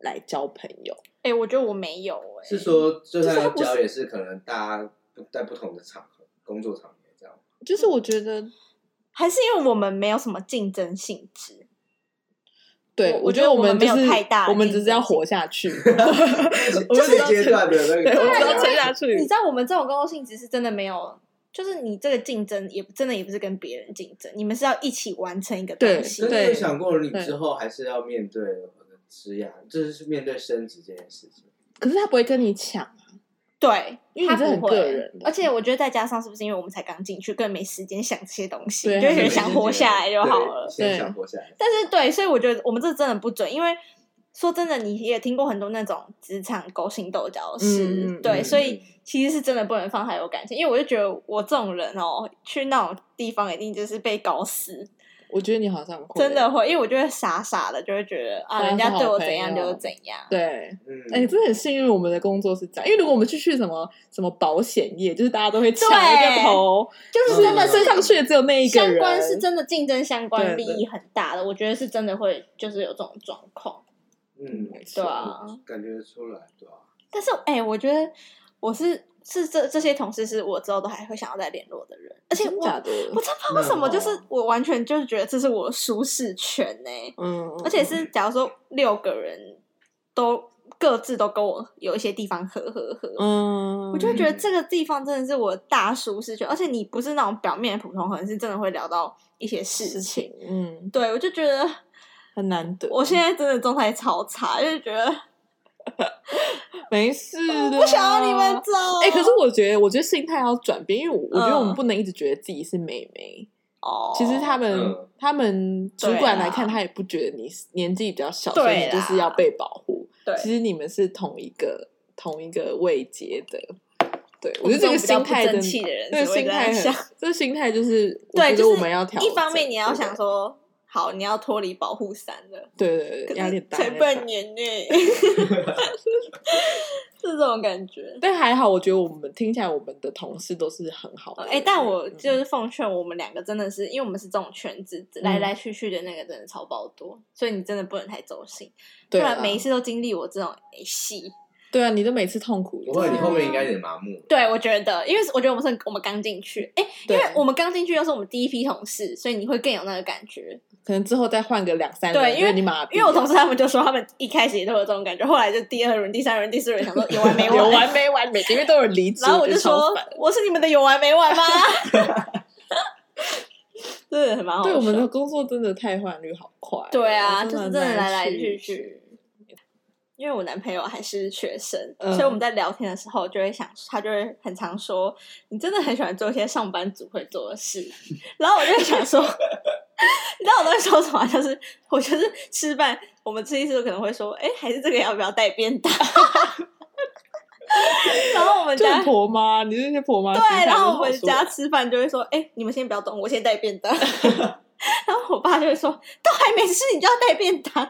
Speaker 2: 来交朋友。
Speaker 1: 哎、我觉得我没有哎、
Speaker 3: 是说，就
Speaker 2: 就
Speaker 3: 算
Speaker 2: 是
Speaker 3: 要
Speaker 2: 他不是
Speaker 3: 教，也是可能大家不在不同的场合、工作场合这样。
Speaker 2: 就是我觉得，
Speaker 1: 还是因为我们没有什么竞争性质，
Speaker 2: 对
Speaker 1: 我我
Speaker 2: 我
Speaker 1: 觉得
Speaker 2: 我
Speaker 1: 我们
Speaker 2: 们
Speaker 1: 没
Speaker 2: 就
Speaker 1: 有
Speaker 2: 是
Speaker 1: 太大的
Speaker 2: 我们
Speaker 1: 竞
Speaker 2: 只是要
Speaker 1: 争性
Speaker 2: 活下
Speaker 1: <laughs>
Speaker 2: 去，
Speaker 3: 我们这阶段的那
Speaker 2: 对，
Speaker 3: 个，
Speaker 2: 我们只
Speaker 1: 对
Speaker 2: 要
Speaker 1: 啊
Speaker 2: 撑下
Speaker 1: 你
Speaker 2: 去
Speaker 1: 知。道我们这种工作性质是真的没有，就是你这个竞争也真的也不是跟别人竞争，你们是要一起完成一个东西
Speaker 3: 真。的有
Speaker 2: 对
Speaker 3: 想过你之后还是要面对我的职涯，就是面对升职这件事情。
Speaker 2: 可是他不会跟你抢。
Speaker 1: 对，
Speaker 2: 因
Speaker 1: 他
Speaker 2: 为你这很
Speaker 1: 不会
Speaker 2: 个人啊的
Speaker 1: 而且我觉得再加上是不是因为我们才刚进去，更没时间想这些东西，
Speaker 2: 对
Speaker 1: 就会觉
Speaker 2: 还
Speaker 1: 得
Speaker 2: 是
Speaker 1: 想活下来就好了
Speaker 3: 对。先
Speaker 2: 对
Speaker 3: 想活下来。
Speaker 1: 但是对，所以我觉得我们这真的不准，因为说真的，你也听过很多那种职场勾心斗角的事，
Speaker 2: 嗯嗯
Speaker 1: 对，
Speaker 2: 嗯
Speaker 1: 所以其实是真的不能放太有感情，因为我就觉得我这种人哦，去那种地方一定就是被搞死，
Speaker 2: 我觉得你好像会
Speaker 1: 真的会，因为我就会傻傻的就会觉得啊，
Speaker 2: 大家
Speaker 1: 人家
Speaker 2: 是好
Speaker 1: 对我
Speaker 2: 朋
Speaker 1: 怎样就
Speaker 2: 友
Speaker 1: 是怎样，
Speaker 2: 对，
Speaker 3: 嗯，
Speaker 2: 哎、真的很幸运，我们的工作是这样，因为如果我们去去什么什么保险业，就是大家都会抢
Speaker 1: 对
Speaker 2: 一个头，
Speaker 1: 就是真的
Speaker 3: 嗯
Speaker 1: 是
Speaker 2: 身上去的只有那一个人，
Speaker 1: 相关是真的竞争相关
Speaker 2: 对
Speaker 1: 利益很大的，我觉得是真的会就是有这种状况，
Speaker 3: 嗯，
Speaker 2: 没错
Speaker 1: 对啊。
Speaker 3: 感觉得出来，对啊吧？
Speaker 1: 但是哎、我觉得我是是这这些同事是我之后都还会想要再联络的人，而且
Speaker 2: 真
Speaker 1: 我
Speaker 2: 假的，哦
Speaker 1: 我真不知道为什么，就
Speaker 3: 那我
Speaker 1: 是我完全就是觉得这是我的舒适圈呢、
Speaker 2: 嗯，
Speaker 1: 而且是假如说六个人都各自都跟我有一些地方合合合。
Speaker 2: 嗯，
Speaker 1: 我就会觉得这个地方真的是我大舒适圈，而且你不是那种表面的普通人，是真的会聊到一些事
Speaker 2: 事
Speaker 1: 情
Speaker 2: 情。，嗯，
Speaker 1: 对，我就觉得
Speaker 2: 很难得。
Speaker 1: 我现在真的状态超差，就是觉
Speaker 2: 啊
Speaker 1: 得
Speaker 2: 没事的，
Speaker 1: 不想要你们走。
Speaker 2: 哎、可是我觉得，我觉得心态要转变，因为我我觉得我
Speaker 1: 嗯
Speaker 2: 们不能一直觉得自己是妹妹。
Speaker 1: 哦，
Speaker 2: 其实他们、
Speaker 3: 嗯
Speaker 2: 他们主
Speaker 1: 对啦
Speaker 2: 管来看，他也不觉得你是年纪比较小，所以
Speaker 1: 对
Speaker 2: 你
Speaker 1: 啦
Speaker 2: 就是要被保护。
Speaker 1: 对
Speaker 2: 其实你们是同一个同一个位阶的。对，我
Speaker 1: 我
Speaker 2: 觉
Speaker 1: 们
Speaker 2: 得这个
Speaker 1: 种比较
Speaker 2: 心态
Speaker 1: 不
Speaker 2: 真
Speaker 1: 争气的人只
Speaker 2: 这
Speaker 1: 会
Speaker 2: 个心
Speaker 1: 这样
Speaker 2: 态很
Speaker 1: 想，
Speaker 2: 这个心态就是，
Speaker 1: <laughs>
Speaker 2: 我
Speaker 1: 对，就
Speaker 2: 觉得
Speaker 1: 是
Speaker 2: 我们要调整。
Speaker 1: 一方面你要想
Speaker 2: 说，
Speaker 1: 说，好，你要脱离保护伞了，
Speaker 2: 对对
Speaker 1: 可
Speaker 2: 对，压力
Speaker 1: 是
Speaker 2: 很大。
Speaker 1: 才
Speaker 2: 压力很大
Speaker 1: 半年呢，
Speaker 2: <laughs>
Speaker 1: 是这种感觉。
Speaker 2: 但还好，我觉得我们听起来，我们的同事都是很好的
Speaker 1: 哎、
Speaker 2: 人。
Speaker 1: 但我就
Speaker 2: 嗯
Speaker 1: 是奉劝我们两个，真的是因为我们是这种圈子，来来去去的那个真的超爆多，所以你真的不能太走心，不
Speaker 2: 对啊
Speaker 1: 然
Speaker 2: 啦
Speaker 1: 每一次都经历我这种哎戏。
Speaker 2: 对啊，你都每次痛苦一次。
Speaker 3: 不会，你后面应该有点麻木。
Speaker 1: 对，我觉得，因为我觉得我们是我们刚进去，哎、因
Speaker 2: 对
Speaker 1: 为我们刚进去又是我们第一批同事，所以你会更有那个感觉。
Speaker 2: 可能之后再换个两三
Speaker 1: 对
Speaker 2: 轮，
Speaker 1: 因为
Speaker 2: 你麻痹了，
Speaker 1: 因为我同事他们就说，他们一开始也都有这种感觉，后来就第二轮、第三轮、第四轮，想说有完没
Speaker 2: 有完没完，每个月都有离职，
Speaker 1: 然后我
Speaker 2: 觉
Speaker 1: 就
Speaker 2: 得
Speaker 1: 说
Speaker 2: 超烦，
Speaker 1: 我是你们的有完没完吗？ <laughs> 真的很蛮好
Speaker 2: 对我们
Speaker 1: 笑
Speaker 2: 的工作真的汰换率好快，
Speaker 1: 对啊，
Speaker 2: 真
Speaker 1: 就是真
Speaker 2: 很
Speaker 1: 的
Speaker 2: 难
Speaker 1: 来来去
Speaker 2: 去，
Speaker 1: 去。因为我男朋友还是学生，
Speaker 2: 嗯
Speaker 1: 所以我们在聊天的时候就会想，他就会很常说：“你真的很喜欢做一些上班族会做的事。”然后我就会想说， <laughs> 你知道我都会说什么？就是我就是吃饭，我们吃一次都可能会说：“哎，还是这个要不要带便当？” <laughs> 然后我们
Speaker 2: 就
Speaker 1: 家
Speaker 2: 很婆妈，你这些婆妈心态
Speaker 1: 对，然后我
Speaker 2: 不
Speaker 1: 们
Speaker 2: 是好
Speaker 1: 家
Speaker 2: 说
Speaker 1: 吃饭就会说：“哎、你们先不要动，我先带便
Speaker 2: <laughs>
Speaker 1: 当。”然后我爸就会说：“都还没吃，你就要带便当。”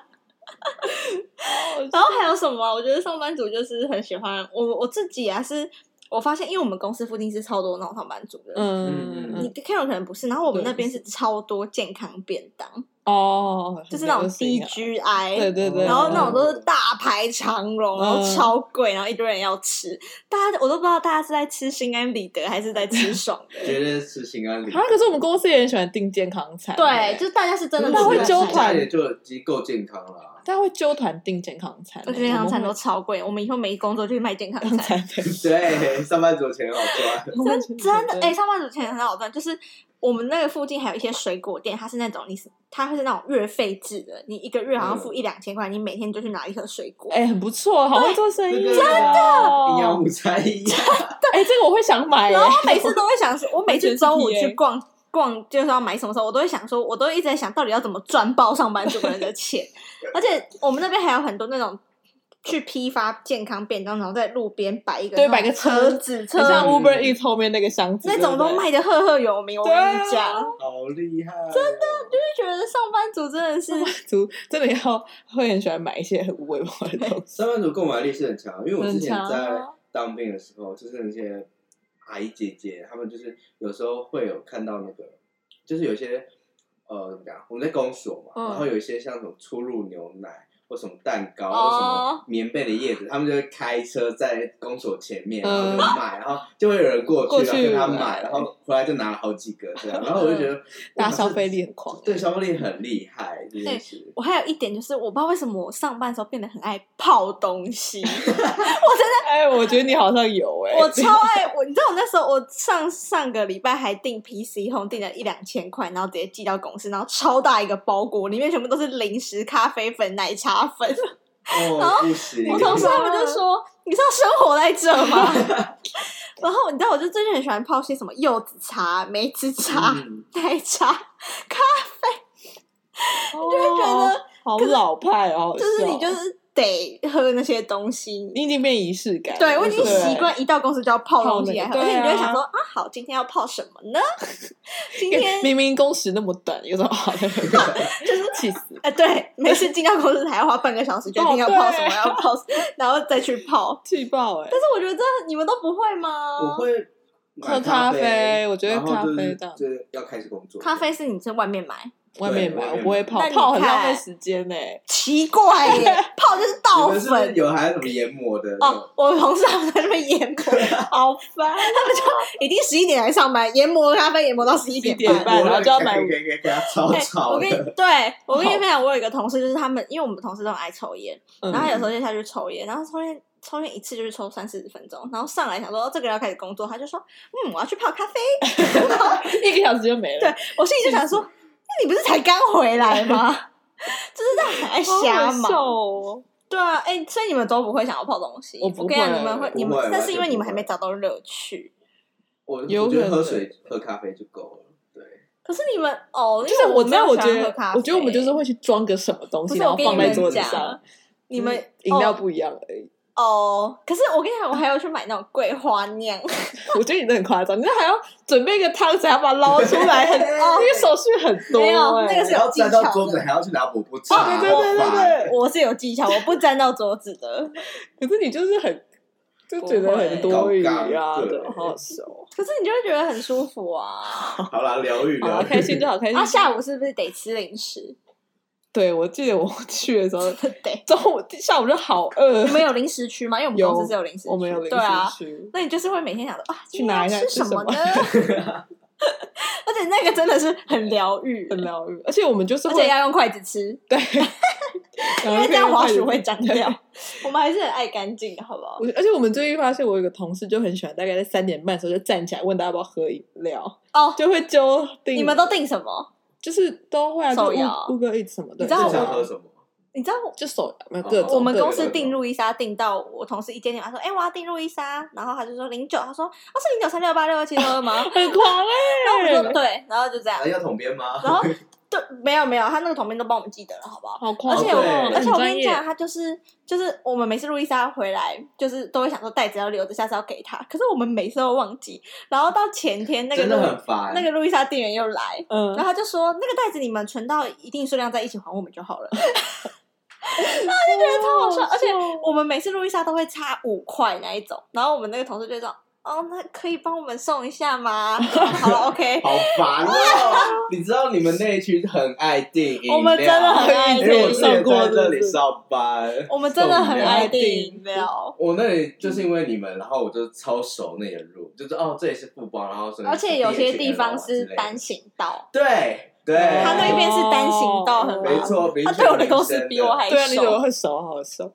Speaker 1: 然后还有什么啊？我觉得上班族就是很喜欢我我自己啊，是我发现，因为我们公司附近是超多那种上班族的，
Speaker 2: 嗯，
Speaker 1: 你
Speaker 2: 嗯
Speaker 1: Carol 可能不是，然后我们
Speaker 2: 对
Speaker 1: 那边
Speaker 2: 不
Speaker 1: 是超多健康便当，
Speaker 2: 哦，
Speaker 1: 就是那种
Speaker 2: 很流行啊
Speaker 1: DGI，
Speaker 2: 对对对，
Speaker 1: 然后那种
Speaker 2: 嗯
Speaker 1: 都是大排长龙，然后
Speaker 2: 嗯
Speaker 1: 超贵，然后一堆人要吃，大家我都不知道大家是在吃心安理得还是在吃爽的。
Speaker 3: 觉得是心安理
Speaker 2: 啊，可是我们公司也很喜欢订健康餐，
Speaker 1: 对，就是大家是真的
Speaker 2: 那
Speaker 1: 吃
Speaker 2: 会
Speaker 1: 得
Speaker 2: 纠
Speaker 1: 起
Speaker 2: 团
Speaker 3: 也就已经够健康了。
Speaker 2: 他会揪团订健康餐，哦
Speaker 1: 我觉得健康餐都
Speaker 2: 我
Speaker 1: 超贵，我们以后没工作就去卖健康
Speaker 2: 们会
Speaker 1: <laughs> 餐。
Speaker 2: 健康
Speaker 3: 对，上班族钱好赚。
Speaker 2: 餐
Speaker 1: 真真的，哎、上班族钱很好赚，就是我们那个附近还有一些水果店，它是那种你是它会是那种月费制的，你一个月好像付一两千块，你每天就去拿一颗水果。
Speaker 2: 哎，很不错，好会做生意
Speaker 3: 对
Speaker 2: 哦，
Speaker 3: 真的营养午餐一样，
Speaker 2: 哎，这个我会想买，
Speaker 1: 然后
Speaker 2: 哎
Speaker 1: <laughs> 我每次都会想说，我每次周五
Speaker 2: 完全是
Speaker 1: 去
Speaker 2: TA
Speaker 1: 逛逛，就是要买什么时候，我都会想说，我都一直在想到底要怎么赚爆上班族人的钱。而且我们那边还有很多那种去批发健康便当，然后在路边摆一个
Speaker 2: 对
Speaker 1: 那种
Speaker 2: 摆个
Speaker 1: 车
Speaker 2: 车
Speaker 1: 子
Speaker 2: <laughs> 很
Speaker 1: 车
Speaker 2: 像 Uber Eats 后面那个箱子，
Speaker 1: 那种
Speaker 2: 对
Speaker 1: 都
Speaker 2: 不对
Speaker 1: 卖的赫赫有名。我跟你
Speaker 2: 对啊
Speaker 1: 讲，就
Speaker 3: 好厉害！真的，
Speaker 1: 是觉得上班族真的
Speaker 2: <laughs>
Speaker 1: 是
Speaker 2: 族真的要会很喜欢买一些很无微
Speaker 1: <laughs>
Speaker 2: 不的东西。
Speaker 3: 上班族购买力是很强，因为我之前
Speaker 2: 很强
Speaker 3: 在
Speaker 2: 啊
Speaker 3: 当兵的时候，就是那些阿姨姐姐，她们就是有时候会有看到那个，就是有一些呃，怎么讲？我们在公所嘛，
Speaker 1: 嗯
Speaker 3: 然后有一些像什么初乳牛奶。或什么蛋糕，
Speaker 1: 哦
Speaker 3: 或什么棉被的叶子，他们就会开车在公所前面，然后
Speaker 2: 嗯
Speaker 3: 就卖，然后就会有人过
Speaker 2: 过
Speaker 3: 去，然后跟他
Speaker 2: 去
Speaker 3: 买，然后回来就拿了好几个这
Speaker 2: <laughs>
Speaker 3: 样，然后我就觉得
Speaker 2: 大家消费力很狂
Speaker 3: 对消费力很厉害，这件事。
Speaker 1: 我还有一点就是，我不知道为什么我上班的时候变得很爱泡东西，我真的
Speaker 2: 哎，我觉得你好像有哎，
Speaker 1: 我
Speaker 2: <laughs>
Speaker 1: 超爱我，你知道我那时候我上上个礼拜还订 PC Home 订了一两千块，然后直接寄到公司，然后超大一个包裹，里面全部都是零食、咖啡粉、奶茶粉。
Speaker 3: 哦，不行，
Speaker 1: 我同事他们就说：“你知道生活在这吗？” <laughs> 然后你知道，我就最近很喜欢泡些什么柚子茶、梅子茶、
Speaker 3: 嗯
Speaker 1: 奶茶，
Speaker 2: 就
Speaker 1: 就觉得
Speaker 2: 哦好老派哦，好
Speaker 1: <laughs> 就是
Speaker 2: 笑
Speaker 1: 你就是得喝那些东西。
Speaker 2: 你已经变仪式感了，
Speaker 1: 对，我已经
Speaker 2: 对
Speaker 1: 习惯一到公司就要泡东西来喝，
Speaker 2: 泡
Speaker 1: 而
Speaker 2: 那个
Speaker 1: 且你就会想
Speaker 2: 对啊
Speaker 1: 说啊，好，今天要泡什么呢？今
Speaker 2: 因为
Speaker 1: 天
Speaker 2: 明明工时那么短，有什么好的？
Speaker 1: <laughs>
Speaker 2: 就是气死。
Speaker 1: 哎，对，每次进到公司还要花半个小时决定要泡什么，要泡，然后再去泡。
Speaker 2: 气爆哎、
Speaker 1: 但是我觉得这你们都不会吗？
Speaker 3: 我会，买
Speaker 2: 喝咖
Speaker 3: 啡
Speaker 2: 啡，我觉得
Speaker 3: 然后就
Speaker 2: 咖啡
Speaker 3: 是
Speaker 2: 的
Speaker 3: 就是要开始工作。
Speaker 1: 咖啡是你在外面买，
Speaker 2: 外面
Speaker 3: 外
Speaker 2: 买，
Speaker 3: 面
Speaker 2: 我不会
Speaker 3: 买
Speaker 2: 泡
Speaker 1: 那，你
Speaker 2: 泡很
Speaker 1: 看
Speaker 2: 浪费时间哎呢。
Speaker 1: 奇怪耶，泡就是
Speaker 3: 你
Speaker 1: 倒
Speaker 3: 们是不是
Speaker 1: 粉。
Speaker 3: 有还有什么研磨的？
Speaker 1: 哦，我同事他们在那边研磨，好烦！哦他们就一定十一点来上班，研磨咖啡研磨到十一点
Speaker 2: 11点半然后就要买
Speaker 3: 给给给
Speaker 1: <laughs>
Speaker 3: 给他超
Speaker 1: 对，
Speaker 3: 吵
Speaker 1: 我跟你
Speaker 3: 的。
Speaker 1: 对我跟你分享，我有一个同事，就是他们，因为我们同事都很爱抽烟，
Speaker 2: 然
Speaker 1: 然后他有时候就下去抽烟，然后抽烟抽烟一次就是抽三四十分钟，然后上来想说、哦这个人要开始工作，他就说嗯我要去泡咖啡，
Speaker 2: 一个小时就没了。
Speaker 1: 对我心里就想说那你不是才刚回来吗？ <laughs> 就是在很爱瞎
Speaker 2: 好好笑
Speaker 1: 忙，
Speaker 2: 哦。
Speaker 1: 对啊，哎、所以你们都不会想要泡东西，
Speaker 2: 我
Speaker 1: 我
Speaker 2: 不
Speaker 1: 跟你讲，
Speaker 2: 会
Speaker 1: 你们会，你
Speaker 3: 不
Speaker 1: 们
Speaker 3: 会
Speaker 1: 但是因为你
Speaker 3: 完
Speaker 1: 们还
Speaker 3: 全不
Speaker 1: 没
Speaker 3: 会
Speaker 1: 找到乐趣，
Speaker 3: 我
Speaker 2: 有
Speaker 3: 我觉
Speaker 2: 可
Speaker 3: 得
Speaker 2: 能
Speaker 3: 喝水喝咖啡就够了。对，
Speaker 1: 可是你们哦，
Speaker 2: 就
Speaker 1: 因
Speaker 2: 是
Speaker 1: 为
Speaker 2: 我知
Speaker 1: 没
Speaker 2: 道，
Speaker 1: 有
Speaker 2: 我
Speaker 1: 喜
Speaker 2: 觉
Speaker 1: 欢喝
Speaker 2: 得
Speaker 1: 咖，啡，
Speaker 2: 我觉得我们就是会去装个什么东
Speaker 1: 不
Speaker 2: 西，
Speaker 1: 是
Speaker 2: 然
Speaker 1: 我
Speaker 2: 后
Speaker 1: 跟你
Speaker 2: 放在
Speaker 1: 们
Speaker 2: 桌子
Speaker 1: 讲
Speaker 2: 上。，
Speaker 1: 你们
Speaker 2: 就是饮料
Speaker 1: 哦
Speaker 2: 不一样而已。
Speaker 1: 哦，可是我跟你讲，我还有去买那种桂花酿，
Speaker 2: 我觉得你这很夸张，你这还要准备一个汤匙，还要把它捞出来，
Speaker 1: <laughs>
Speaker 2: 很
Speaker 1: 哦
Speaker 2: 那个手续很多
Speaker 1: 没有
Speaker 2: 欸。
Speaker 1: 那个是有
Speaker 3: 然后
Speaker 1: 技巧的
Speaker 3: 站到桌子还要去拿抹布擦，
Speaker 2: 哦对对对对
Speaker 1: <laughs>
Speaker 2: 对
Speaker 1: 我是有技巧，我不沾到桌子的。
Speaker 2: 可是你就是很就觉得很多余啊，
Speaker 3: 不会
Speaker 2: 对，好好笑哦。
Speaker 1: 可是你就会觉得很舒服 <laughs> 啊！
Speaker 3: 好啦，疗愈
Speaker 2: 好
Speaker 3: 疗
Speaker 2: 啦
Speaker 3: 愈，
Speaker 2: 开心就好，开
Speaker 1: 啊，
Speaker 2: 心。
Speaker 1: 下午是不是得吃零食？ <laughs>
Speaker 2: 对，我记得我 <laughs> 去的时候，
Speaker 1: 对，
Speaker 2: 中午下午就好
Speaker 1: <laughs>
Speaker 2: 饿
Speaker 1: 你，们有零食区吗？因为我们公司只有零食区，
Speaker 2: 我们有零
Speaker 1: 对啊
Speaker 2: 食。区，
Speaker 1: 那你就是会每天想着啊，
Speaker 2: 去拿一
Speaker 1: 今
Speaker 2: 下
Speaker 1: 天要吃什么呢？
Speaker 2: 吃
Speaker 1: 而 <laughs> 且那个真的是很疗 <laughs> 愈，
Speaker 2: 很疗愈，而且我们就是
Speaker 1: 而且
Speaker 2: 会
Speaker 1: 要用筷子吃，
Speaker 2: 对，
Speaker 1: 因为这样滑鼠会
Speaker 2: 长
Speaker 1: 脏掉。我们还是很爱干净的，好不好？
Speaker 2: 我而且我们最近发现，我有一个同事就很喜欢，大概在三点半的时候就站起来问大家要不要喝饮料，
Speaker 1: 哦，
Speaker 2: 就会揪定
Speaker 1: 你们都订什么？
Speaker 2: 就是都会啊，就
Speaker 1: 手摇
Speaker 2: u b e 什么的，
Speaker 1: 你知道
Speaker 3: 正
Speaker 2: 就是
Speaker 3: 常
Speaker 1: 我
Speaker 3: 喝什么？
Speaker 1: 你知道
Speaker 2: 就手摇没有
Speaker 3: 哦
Speaker 2: 各种。
Speaker 1: 我们
Speaker 2: 各
Speaker 1: 公
Speaker 2: 种
Speaker 1: 司
Speaker 3: 对
Speaker 1: 订路易莎订到我同事一接电话说：“哎、我要订路易莎。”然后他就说零九，他说：“啊是零九三六八六二七六二
Speaker 3: <laughs>
Speaker 1: 吗？”
Speaker 2: 很狂
Speaker 1: 然后我
Speaker 2: 哎、
Speaker 1: 们说对，然后就这样
Speaker 3: 啊，要统编吗？
Speaker 1: 然后 <laughs> 对，没有没有，他那个同编都帮我们记得了，好不好？
Speaker 2: 好狂
Speaker 1: 而且我，
Speaker 3: 对
Speaker 2: 哦
Speaker 1: 而且我
Speaker 2: 很
Speaker 1: 跟你
Speaker 2: 专业
Speaker 1: 讲，他就是就是我们每次路易莎回来，就是都会想说袋子要留着，下次要给他。可是我们每次都忘记，然后到前天那个
Speaker 3: 真的
Speaker 1: 路
Speaker 3: 很烦，
Speaker 1: 那个路易莎店员又来，然后
Speaker 2: 嗯，
Speaker 1: 他就说那个袋子你们存到一定数量再一起还我们就好了。
Speaker 2: 就觉得
Speaker 1: 超好
Speaker 3: 哦
Speaker 1: 笑而
Speaker 2: <laughs>
Speaker 1: 且我们每次路易莎都会差五块那一种，然后我们那个同事就说：“哦，那可以帮我们送一下吗？” <laughs> 好了，OK，
Speaker 2: <laughs>
Speaker 3: 好烦
Speaker 1: <laughs>
Speaker 3: 哦！你知道你们那一区很爱订饮料，
Speaker 1: 我们真的很爱
Speaker 3: 因为我之
Speaker 1: 订，
Speaker 3: 前在这里上班，
Speaker 1: 我们真的很爱
Speaker 2: 送
Speaker 1: 订
Speaker 2: 饮
Speaker 1: 饮
Speaker 2: 料
Speaker 1: 料，
Speaker 3: 我那里
Speaker 1: 嗯
Speaker 3: 就是因为你们，然后我就超熟那个路，就是哦，这里是富邦，然后什么
Speaker 1: 而且有些地
Speaker 2: 哦
Speaker 1: 方
Speaker 3: DHL 啊之
Speaker 1: 是
Speaker 3: 类的
Speaker 1: 单，行道，
Speaker 3: 对对，哦
Speaker 1: 他那边是单行道，很
Speaker 3: 没
Speaker 1: 麻烦。
Speaker 3: 错，没错
Speaker 1: 他对我的公司比我，还
Speaker 2: 对啊，你怎么
Speaker 1: 熟，
Speaker 2: 会熟？好熟，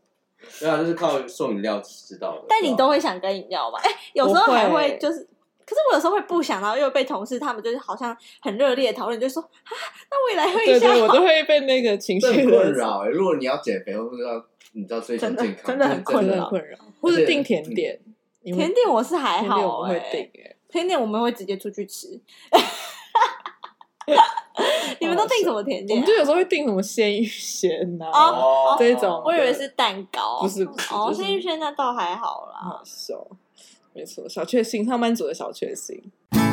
Speaker 3: 对啊，就是靠送饮料知道的。
Speaker 1: 但你都会想跟饮料吧？哎， <laughs> 有时候还
Speaker 2: 我会
Speaker 1: 会就是。可是我有时候会不想，然后又被同事他们就是好像很热烈的讨论，就说啊，那我也来喝一
Speaker 2: 对
Speaker 1: 下
Speaker 2: 对，
Speaker 1: 好
Speaker 2: 我都会被那个情
Speaker 3: 这很
Speaker 2: 绪
Speaker 3: 困，扰欸。如果你要减肥，或者要你知道追求
Speaker 1: 真的
Speaker 3: 健康，
Speaker 1: 真的很
Speaker 2: 真
Speaker 1: 困
Speaker 2: 的
Speaker 1: 扰
Speaker 2: 很困扰，或者订甜
Speaker 3: 嗯
Speaker 2: 点，你们
Speaker 1: 甜点我是还
Speaker 2: 甜
Speaker 1: 好、欸，
Speaker 2: 点我们会订哎，
Speaker 1: 甜点我们会直接出去
Speaker 2: <laughs>
Speaker 1: 吃。你们都
Speaker 2: 好好
Speaker 1: 订
Speaker 2: 笑
Speaker 1: 什么甜
Speaker 2: 我
Speaker 1: 点
Speaker 2: 们
Speaker 1: 啊、
Speaker 2: 就有时候会订什么鲜芋啊仙呐，
Speaker 1: 哦
Speaker 3: 哦
Speaker 2: 这种
Speaker 1: 我以为是蛋糕，
Speaker 2: 不是不是
Speaker 1: 哦，
Speaker 2: 就是
Speaker 1: 鲜芋仙那倒还好啦。
Speaker 2: 好笑，没错，小确幸，上班族的小确幸。
Speaker 3: 对